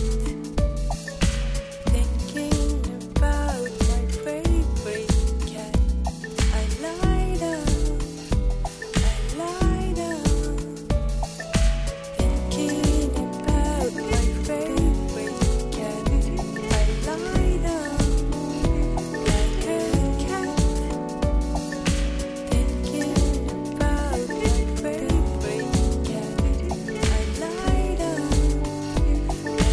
[SPEAKER 7] Thinking about my favorite cat. I lie down, I lie down. Thinking about my favorite cat. I lie down like a cat. Thinking about my favorite cat. I lie down.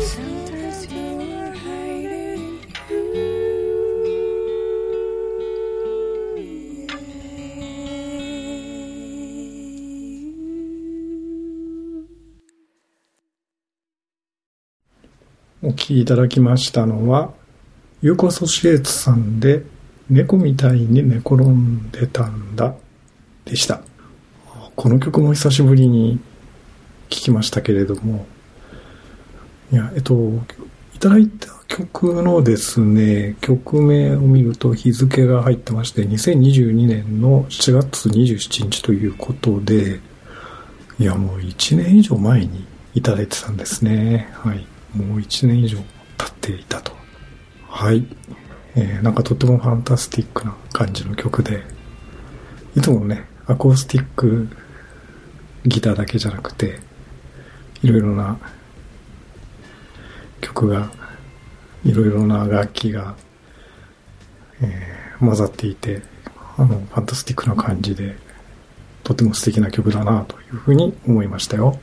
[SPEAKER 7] Sometimes you're hiding you.
[SPEAKER 1] お聴きいただきましたのは、ユーコアソシエーツさんで猫みたいに寝転んでたんだでした。この曲も久しぶりに聴きましたけれども、いや、えっと、いただいた曲のですね、曲名を見ると日付が入ってまして、2022年の7月27日ということで、いや、もう1年以上前にいただいてたんですね。はい。もう1年以上経っていたと。はい。
[SPEAKER 6] えーなんかとてもファンタスティックな感じの曲で、いつもね、アコースティックギターだけじゃなくて、いろいろな曲が、いろいろな楽器が、えー混ざっていて、あの、ファンタスティックな感じで、とても素敵な曲だなというふうに思いましたよ。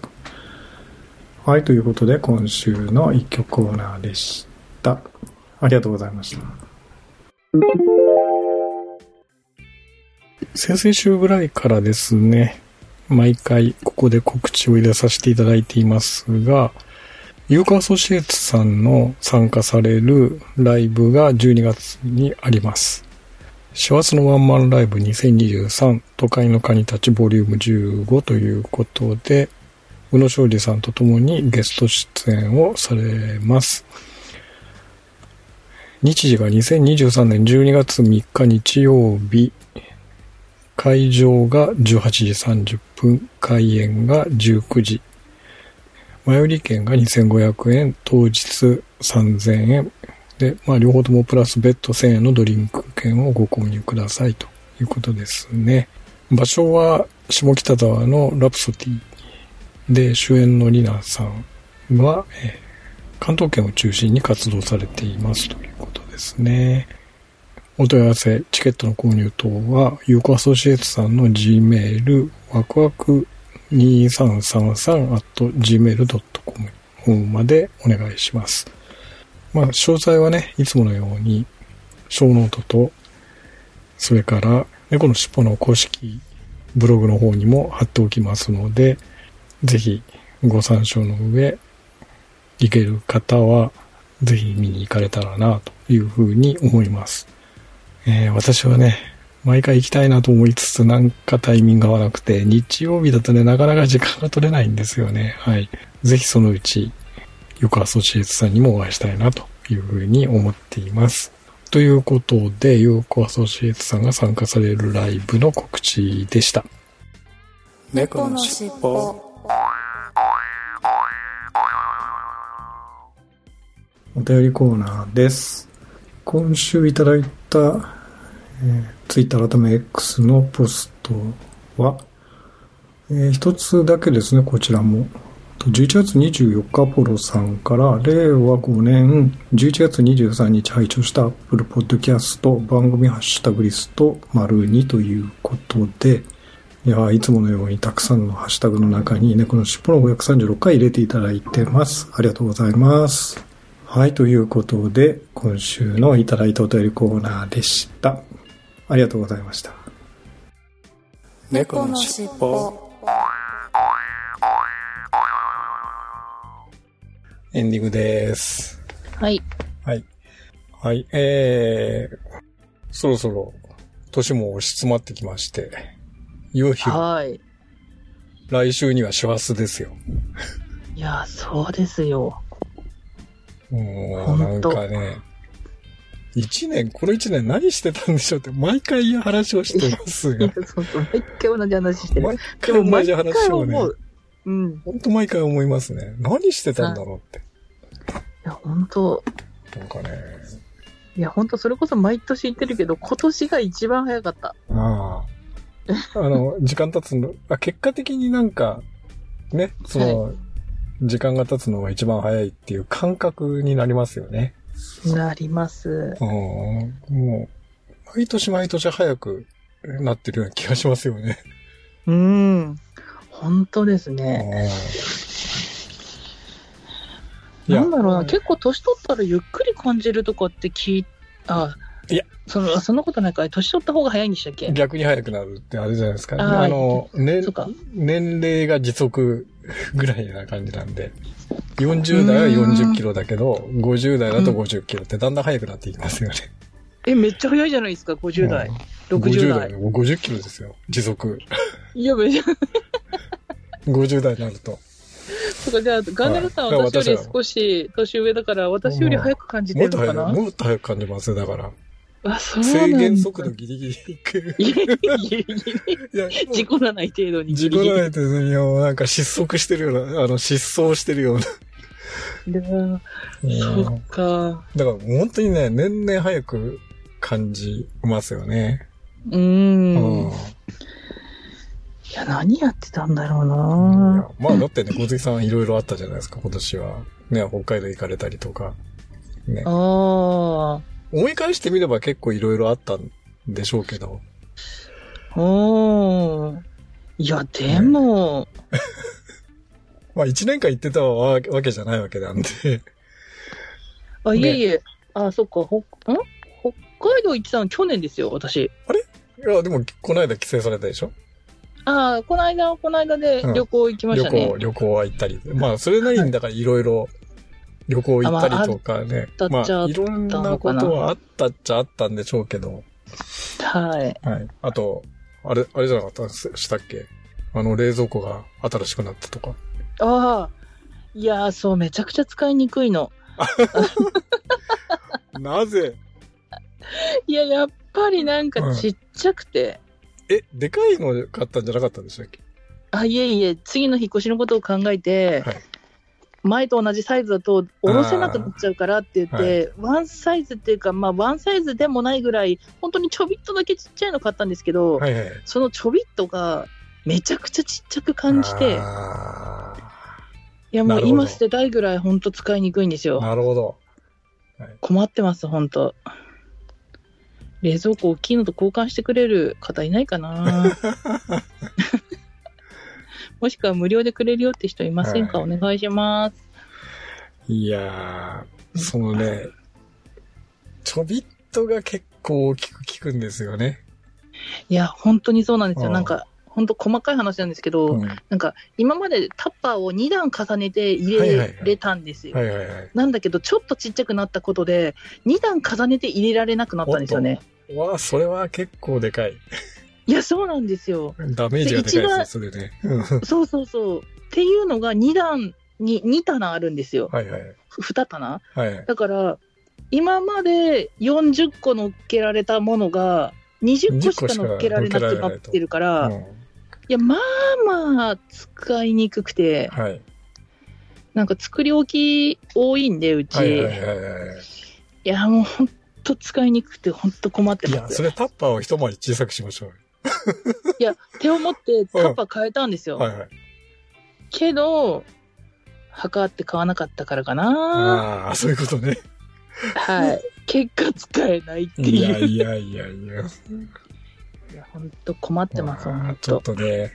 [SPEAKER 6] はい、ということで今週の一曲コーナーでした。ありがとうございました。
[SPEAKER 1] 先々週ぐらいからですね、毎回ここで告知を入れさせていただいていますが、ユーカーアソシエイツさんの参加されるライブが12月にあります。師走のワンマンライブ2023都会のカニたちボリューム15ということで、宇野昌司さんと共にゲスト出演をされます。日時が2023年12月3日日曜日、会場が18時30分、開演が19時。前売り券が2500円、当日3000円。で、まあ両方ともプラス別途1000円のドリンク券をご購入くださいということですね。場所は下北沢のラプソディで主演のリナさんは、えー関東圏を中心に活動されていますということですね。お問い合わせ、チケットの購入等は、ユーコアソシエイツさんの G メール、ワクワク 2333-gmail.com 方までお願いします。まあ、詳細はね、いつものように、小ノートと、それから、猫のしっぽの公式ブログの方にも貼っておきますので、ぜひご参照の上、行ける方は、ぜひ見に行かれたらな、というふうに思います。えー私はね、毎回行きたいなと思いつつ、なんかタイミングが合わなくて、日曜日だとね、なかなか時間が取れないんですよね。はい。ぜひそのうち、よくアソシエイツさんにもお会いしたいな、というふうに思っています。ということで、ヨーコアソシエイツさんが参加されるライブの告知でした。
[SPEAKER 3] 猫のしっぽ
[SPEAKER 6] お便りコーナーです。今週いただいた、えー、Twitter 改め X のポストは、えー一つだけですね、こちらも。と11月24日、ポロさんから、令和5年11月23日配聴した Apple Podcast 番組ハッシュタグリスト丸2ということで、いやーいつものようにたくさんのハッシュタグの中に猫の尻尾の536回入れていただいてます。ありがとうございます。はい、ということで、今週のいただいたお便りコーナーでした。ありがとうございました。
[SPEAKER 3] 猫のしっぽ
[SPEAKER 1] エンディングです。
[SPEAKER 2] はい。
[SPEAKER 1] はい。はい、えー、そろそろ、年も押し詰まってきまして、いよいよ、
[SPEAKER 2] はい。
[SPEAKER 1] 来週には師走ですよ。
[SPEAKER 2] いや、そうですよ。
[SPEAKER 1] も
[SPEAKER 2] ほ
[SPEAKER 1] う、なんん
[SPEAKER 2] と
[SPEAKER 1] かね、一年、この一年何してたんでしょうって、毎回話をしてます
[SPEAKER 2] いや
[SPEAKER 1] が、、
[SPEAKER 2] そうそう。毎回同じ話してる。
[SPEAKER 1] 毎
[SPEAKER 2] <laughs> で
[SPEAKER 1] 回
[SPEAKER 2] も、
[SPEAKER 1] 同
[SPEAKER 2] 毎
[SPEAKER 1] じ話
[SPEAKER 2] 回
[SPEAKER 1] をね、
[SPEAKER 2] 思う。うん。い
[SPEAKER 1] ほんと毎回思いますね。何してたんだろうって。
[SPEAKER 2] や、本当
[SPEAKER 1] なんかね、
[SPEAKER 2] いや、本当それこそ毎年言ってるけど、今年が一番早かった。
[SPEAKER 1] ああ。あの、時間経つの、あ結果的になんか、ね、その、時間が経つのが一番早いっていう感覚になりますよね。
[SPEAKER 2] なります。
[SPEAKER 1] うん。もう、毎年毎年早くなってるような気がしますよね。
[SPEAKER 2] うん。本当ですね。
[SPEAKER 1] いや
[SPEAKER 2] なんだろうな、結構年取ったらゆっくり感じるとかって聞いあ、
[SPEAKER 1] いや、
[SPEAKER 2] その、そんなことないから、年取った方が早いんでしたっけ
[SPEAKER 1] 逆に早くなるってあれじゃないですか。
[SPEAKER 2] あー
[SPEAKER 1] あの、年
[SPEAKER 2] そうか、
[SPEAKER 1] 年齢が時速ぐらいな感じなんで、40代は40キロだけど、50代だと50キロってだんだん速くなっていきますよね。
[SPEAKER 2] え、めっちゃ早いじゃないですか、50代
[SPEAKER 1] うん、
[SPEAKER 2] 60代。
[SPEAKER 1] 代。50キロですよ、時速。
[SPEAKER 2] いや、めちゃ、
[SPEAKER 1] 50代になると。
[SPEAKER 2] とか、じゃあ、ガンダルさんは
[SPEAKER 1] はい
[SPEAKER 2] 私よ
[SPEAKER 1] いや私
[SPEAKER 2] り
[SPEAKER 1] は
[SPEAKER 2] 少し年上だから、私より早く感じて
[SPEAKER 1] もっ
[SPEAKER 2] る
[SPEAKER 1] と
[SPEAKER 2] のか
[SPEAKER 1] 早く、
[SPEAKER 2] な
[SPEAKER 1] もっと早く感じますよ、だから。
[SPEAKER 2] あ、そうなんだ
[SPEAKER 1] 制限速度ギリギリ行く。
[SPEAKER 2] いやいやい
[SPEAKER 1] <laughs>
[SPEAKER 2] やいや
[SPEAKER 1] いや、
[SPEAKER 2] 事故らない程度に
[SPEAKER 1] 事
[SPEAKER 2] ギ
[SPEAKER 1] 故
[SPEAKER 2] リギリ。
[SPEAKER 1] らないと、なんか失速してるような、あの、失踪してるような
[SPEAKER 2] でも、そっか。
[SPEAKER 1] だから本当にね、年々早く感じますよね。
[SPEAKER 2] う。
[SPEAKER 1] うんん
[SPEAKER 2] いや、何やってたんだろう
[SPEAKER 1] いや
[SPEAKER 2] な
[SPEAKER 1] まあだってね、小杉さんいろいろあったじゃないですか、今年は。ね、北海道行かれたりとか。ね。
[SPEAKER 2] あ
[SPEAKER 1] 思い返してみれば結構いろいろあったんでしょうけど。
[SPEAKER 2] あ。うん。いや、でも、
[SPEAKER 1] まあ一年間行ってたわわけじゃないわけなんで。 <laughs>
[SPEAKER 2] あ、いえいえ、あ、そっか、ほ、ん北海道行ってたの去年ですよ、私。
[SPEAKER 1] いや、でもこの間帰省されたでしょ
[SPEAKER 2] ああ、この間、この間で旅行行きまし
[SPEAKER 1] 旅
[SPEAKER 2] たね
[SPEAKER 1] 行、。旅行は行ったり。まあそれなりにだからいろいろ旅行行ったりとかね。
[SPEAKER 2] あま
[SPEAKER 1] ま
[SPEAKER 2] ああったっちゃあ
[SPEAKER 1] あ
[SPEAKER 2] った
[SPEAKER 1] いろんなことはあったっちゃあったんでしょうけど。
[SPEAKER 2] はい。
[SPEAKER 1] はい。あと、あれ、あれじゃなかったですしたっけあの冷蔵庫が新しくなったとか。
[SPEAKER 2] ああ。いやー、そう、めちゃくちゃ使いにくいの。
[SPEAKER 1] なぜ
[SPEAKER 2] いや、やっぱりなんかちっちゃくて。
[SPEAKER 1] え、でかいの買ったんじゃなかったんでしたっけ
[SPEAKER 2] あ、いえいえ、次の引っ越しのことを考えて、
[SPEAKER 1] はい
[SPEAKER 2] 前と同じサイズだと、下ろせなくなっちゃうからって言って、ワンサイズっていうか、まあ、ワンサイズでもないぐらい、本当にちょびっとだけちっちゃいの買ったんですけど、
[SPEAKER 1] はいはい。
[SPEAKER 2] そのちょびっとが、めちゃくちゃちっちゃく感じて、
[SPEAKER 1] あ
[SPEAKER 2] いや、も
[SPEAKER 1] な
[SPEAKER 2] う
[SPEAKER 1] るほど
[SPEAKER 2] 今捨てたいぐらい、本当使いにくいんです
[SPEAKER 1] ー
[SPEAKER 2] よ。
[SPEAKER 1] なるほど。
[SPEAKER 2] 困ってます、本当冷蔵庫大きいのと交換してくれる方いない
[SPEAKER 1] <laughs>
[SPEAKER 2] かなもしくは無料でくれるよって人いませんか、
[SPEAKER 1] は
[SPEAKER 2] お願いします。
[SPEAKER 1] いやー、そのね、ちょびっとが結構大きく効くんですよね。
[SPEAKER 2] いや、本当にそうなんですよ。
[SPEAKER 1] うん
[SPEAKER 2] なんか、本当細かい話なんですけど、
[SPEAKER 1] うん、はい
[SPEAKER 2] なんか、今までタッパーを2段重ねて入
[SPEAKER 1] はいはい
[SPEAKER 2] れ
[SPEAKER 1] はい
[SPEAKER 2] れたんですよ。
[SPEAKER 1] はいはい。
[SPEAKER 2] なんだけど、ちょっとちっちゃくなったことで、2段重ねて入れられなくなったんですよね。
[SPEAKER 1] うわあ、それは結構でかい。
[SPEAKER 2] いや、そうなんで
[SPEAKER 1] <laughs>
[SPEAKER 2] すよ。
[SPEAKER 1] ダメージがでかい
[SPEAKER 2] で
[SPEAKER 1] です
[SPEAKER 2] 一番
[SPEAKER 1] ね、それね。うんは
[SPEAKER 2] そうそうそう。っていうのが2段に2棚あるんですよ。
[SPEAKER 1] いはい。
[SPEAKER 2] 2棚
[SPEAKER 1] はい。
[SPEAKER 2] だから、今まで40個乗っけられたものが、20個しか乗っけられなくなってるから、
[SPEAKER 1] う
[SPEAKER 2] い
[SPEAKER 1] ん
[SPEAKER 2] や、まあまあ使いにくくて、
[SPEAKER 1] はい。
[SPEAKER 2] なんか作り置き多いんで、うち。
[SPEAKER 1] はい
[SPEAKER 2] い
[SPEAKER 1] はいはいはい。
[SPEAKER 2] や、もうほんと使いにくくて、ほんと困って
[SPEAKER 1] い
[SPEAKER 2] ま
[SPEAKER 1] や、
[SPEAKER 2] す
[SPEAKER 1] そ。れタッパーを一回り小さくしましょうよ。
[SPEAKER 2] 手を持ってタッパー変えたんですよ。
[SPEAKER 1] はいはい。
[SPEAKER 2] けど、測って買わなかったからかな。
[SPEAKER 1] ああー、そういうこと <laughs> ね。
[SPEAKER 2] はい。結果使えないって
[SPEAKER 1] い
[SPEAKER 2] いう
[SPEAKER 1] や。いやいやいや。
[SPEAKER 2] いや、本当困ってます、
[SPEAKER 1] あー
[SPEAKER 2] 本
[SPEAKER 1] ちょっ
[SPEAKER 2] 当。
[SPEAKER 1] とね。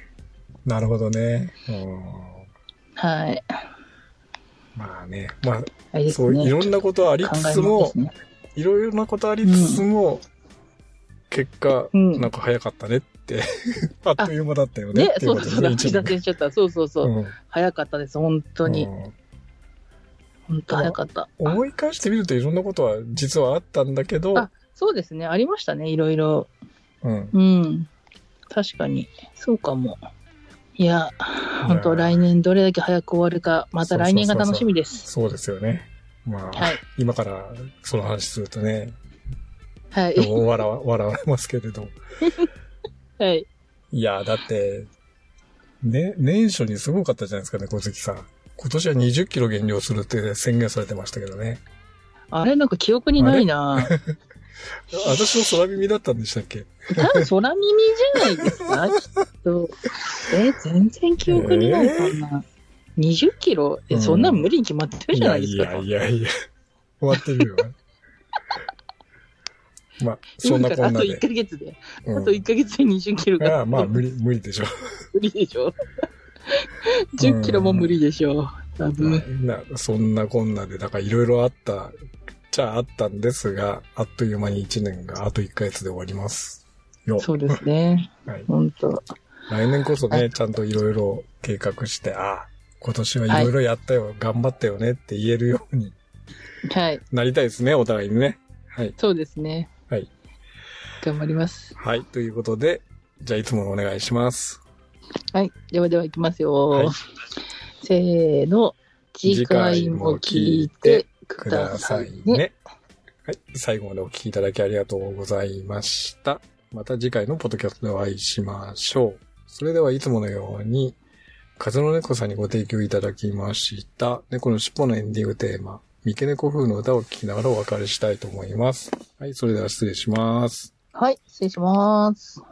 [SPEAKER 1] なるほどね。うん
[SPEAKER 2] はい。
[SPEAKER 1] まあね。まあ、
[SPEAKER 2] あれで
[SPEAKER 1] そ
[SPEAKER 2] す
[SPEAKER 1] う、い
[SPEAKER 2] ね。
[SPEAKER 1] ろんなことあり
[SPEAKER 2] 考
[SPEAKER 1] つ
[SPEAKER 2] え
[SPEAKER 1] つ
[SPEAKER 2] もんで
[SPEAKER 1] も
[SPEAKER 2] す、ね。
[SPEAKER 1] いろいろなことありつつも、結果、
[SPEAKER 2] うん
[SPEAKER 1] なんか早かったねって、 <laughs> あっという間だったよね
[SPEAKER 2] ね
[SPEAKER 1] っ、てい
[SPEAKER 2] そうう
[SPEAKER 1] ことで
[SPEAKER 2] だそうだ、
[SPEAKER 1] 一年
[SPEAKER 2] 口立てしちゃった。そうそうそう。
[SPEAKER 1] うん
[SPEAKER 2] 早かったです、本当に。
[SPEAKER 1] うん
[SPEAKER 2] 本当早かった。
[SPEAKER 1] 思い返してみるといろんなことは実はあったんだけど、
[SPEAKER 2] あそうですね、ありましたね、いろいろ。
[SPEAKER 1] うん。
[SPEAKER 2] うん。確かに。そうかも。いや、本当来年どれだけ早く終わるか、また来年が楽しみです。
[SPEAKER 1] そうですよね。まあ、
[SPEAKER 2] はい。
[SPEAKER 1] 今からその話するとね、
[SPEAKER 2] はい。
[SPEAKER 1] 笑わ笑われますけれど。
[SPEAKER 2] <laughs> はい。
[SPEAKER 1] いや、だって、ね、年初にすごかったじゃないですかね、小月さん。今年は20キロ減量するって宣言されてましたけどね。
[SPEAKER 2] あれ、なんか記憶にないな。
[SPEAKER 1] 私の空耳だったんでしたっけ
[SPEAKER 2] 多分空耳じゃないです
[SPEAKER 1] <laughs>
[SPEAKER 2] か、きっと。え、全然記憶にない、
[SPEAKER 1] えー
[SPEAKER 2] そんな。20キロえ、
[SPEAKER 1] うん
[SPEAKER 2] そんな無理に決まってる
[SPEAKER 1] い
[SPEAKER 2] じゃな
[SPEAKER 1] や
[SPEAKER 2] いで
[SPEAKER 1] い
[SPEAKER 2] すか。
[SPEAKER 1] やいやいや、終わってるよ。 <laughs> まあ、そんな
[SPEAKER 2] 今から
[SPEAKER 1] こんな
[SPEAKER 2] あと1
[SPEAKER 1] で。
[SPEAKER 2] ヶ月で。
[SPEAKER 1] うん
[SPEAKER 2] あと1ヶ月で20キロ
[SPEAKER 1] い
[SPEAKER 2] が。
[SPEAKER 1] やまあ、無理、無理でしょ
[SPEAKER 2] 無理でしょ。10キロも無理でしょ。多
[SPEAKER 1] う。
[SPEAKER 2] 分。
[SPEAKER 1] なそんなこんなで、だからいろいろあった、じゃああったんですが、あっという間に1年があと1ヶ月で終わります。よ。
[SPEAKER 2] そうですね。
[SPEAKER 1] はい
[SPEAKER 2] 本当
[SPEAKER 1] 来年こそね、ちゃんといろいろ計画して、ああ、今年はいろいろやったよ、頑張ったよねって言えるように
[SPEAKER 2] はい。
[SPEAKER 1] なりたいですね、お互いにね。はい。
[SPEAKER 2] そうですね。
[SPEAKER 1] はい。
[SPEAKER 2] 頑張ります。
[SPEAKER 1] はい、ということで、じゃあいつものお願いします。
[SPEAKER 2] はい。ではでは行きますよ。
[SPEAKER 1] はい
[SPEAKER 2] せーの。次回も聞いてく
[SPEAKER 1] くだ
[SPEAKER 2] ださ
[SPEAKER 1] さ
[SPEAKER 2] い
[SPEAKER 1] い
[SPEAKER 2] ね。
[SPEAKER 1] ね。はい、最後までお聞きいただきありがとうございました。また次回のポッドキャストでお会いしましょう。それではいつものように、風の猫さんにご提供いただきました、猫の尻尾のエンディングテーマ、三毛猫風の歌を聴きながらお別れしたいと思います。はい、それでは失礼します。
[SPEAKER 2] はい、失礼します。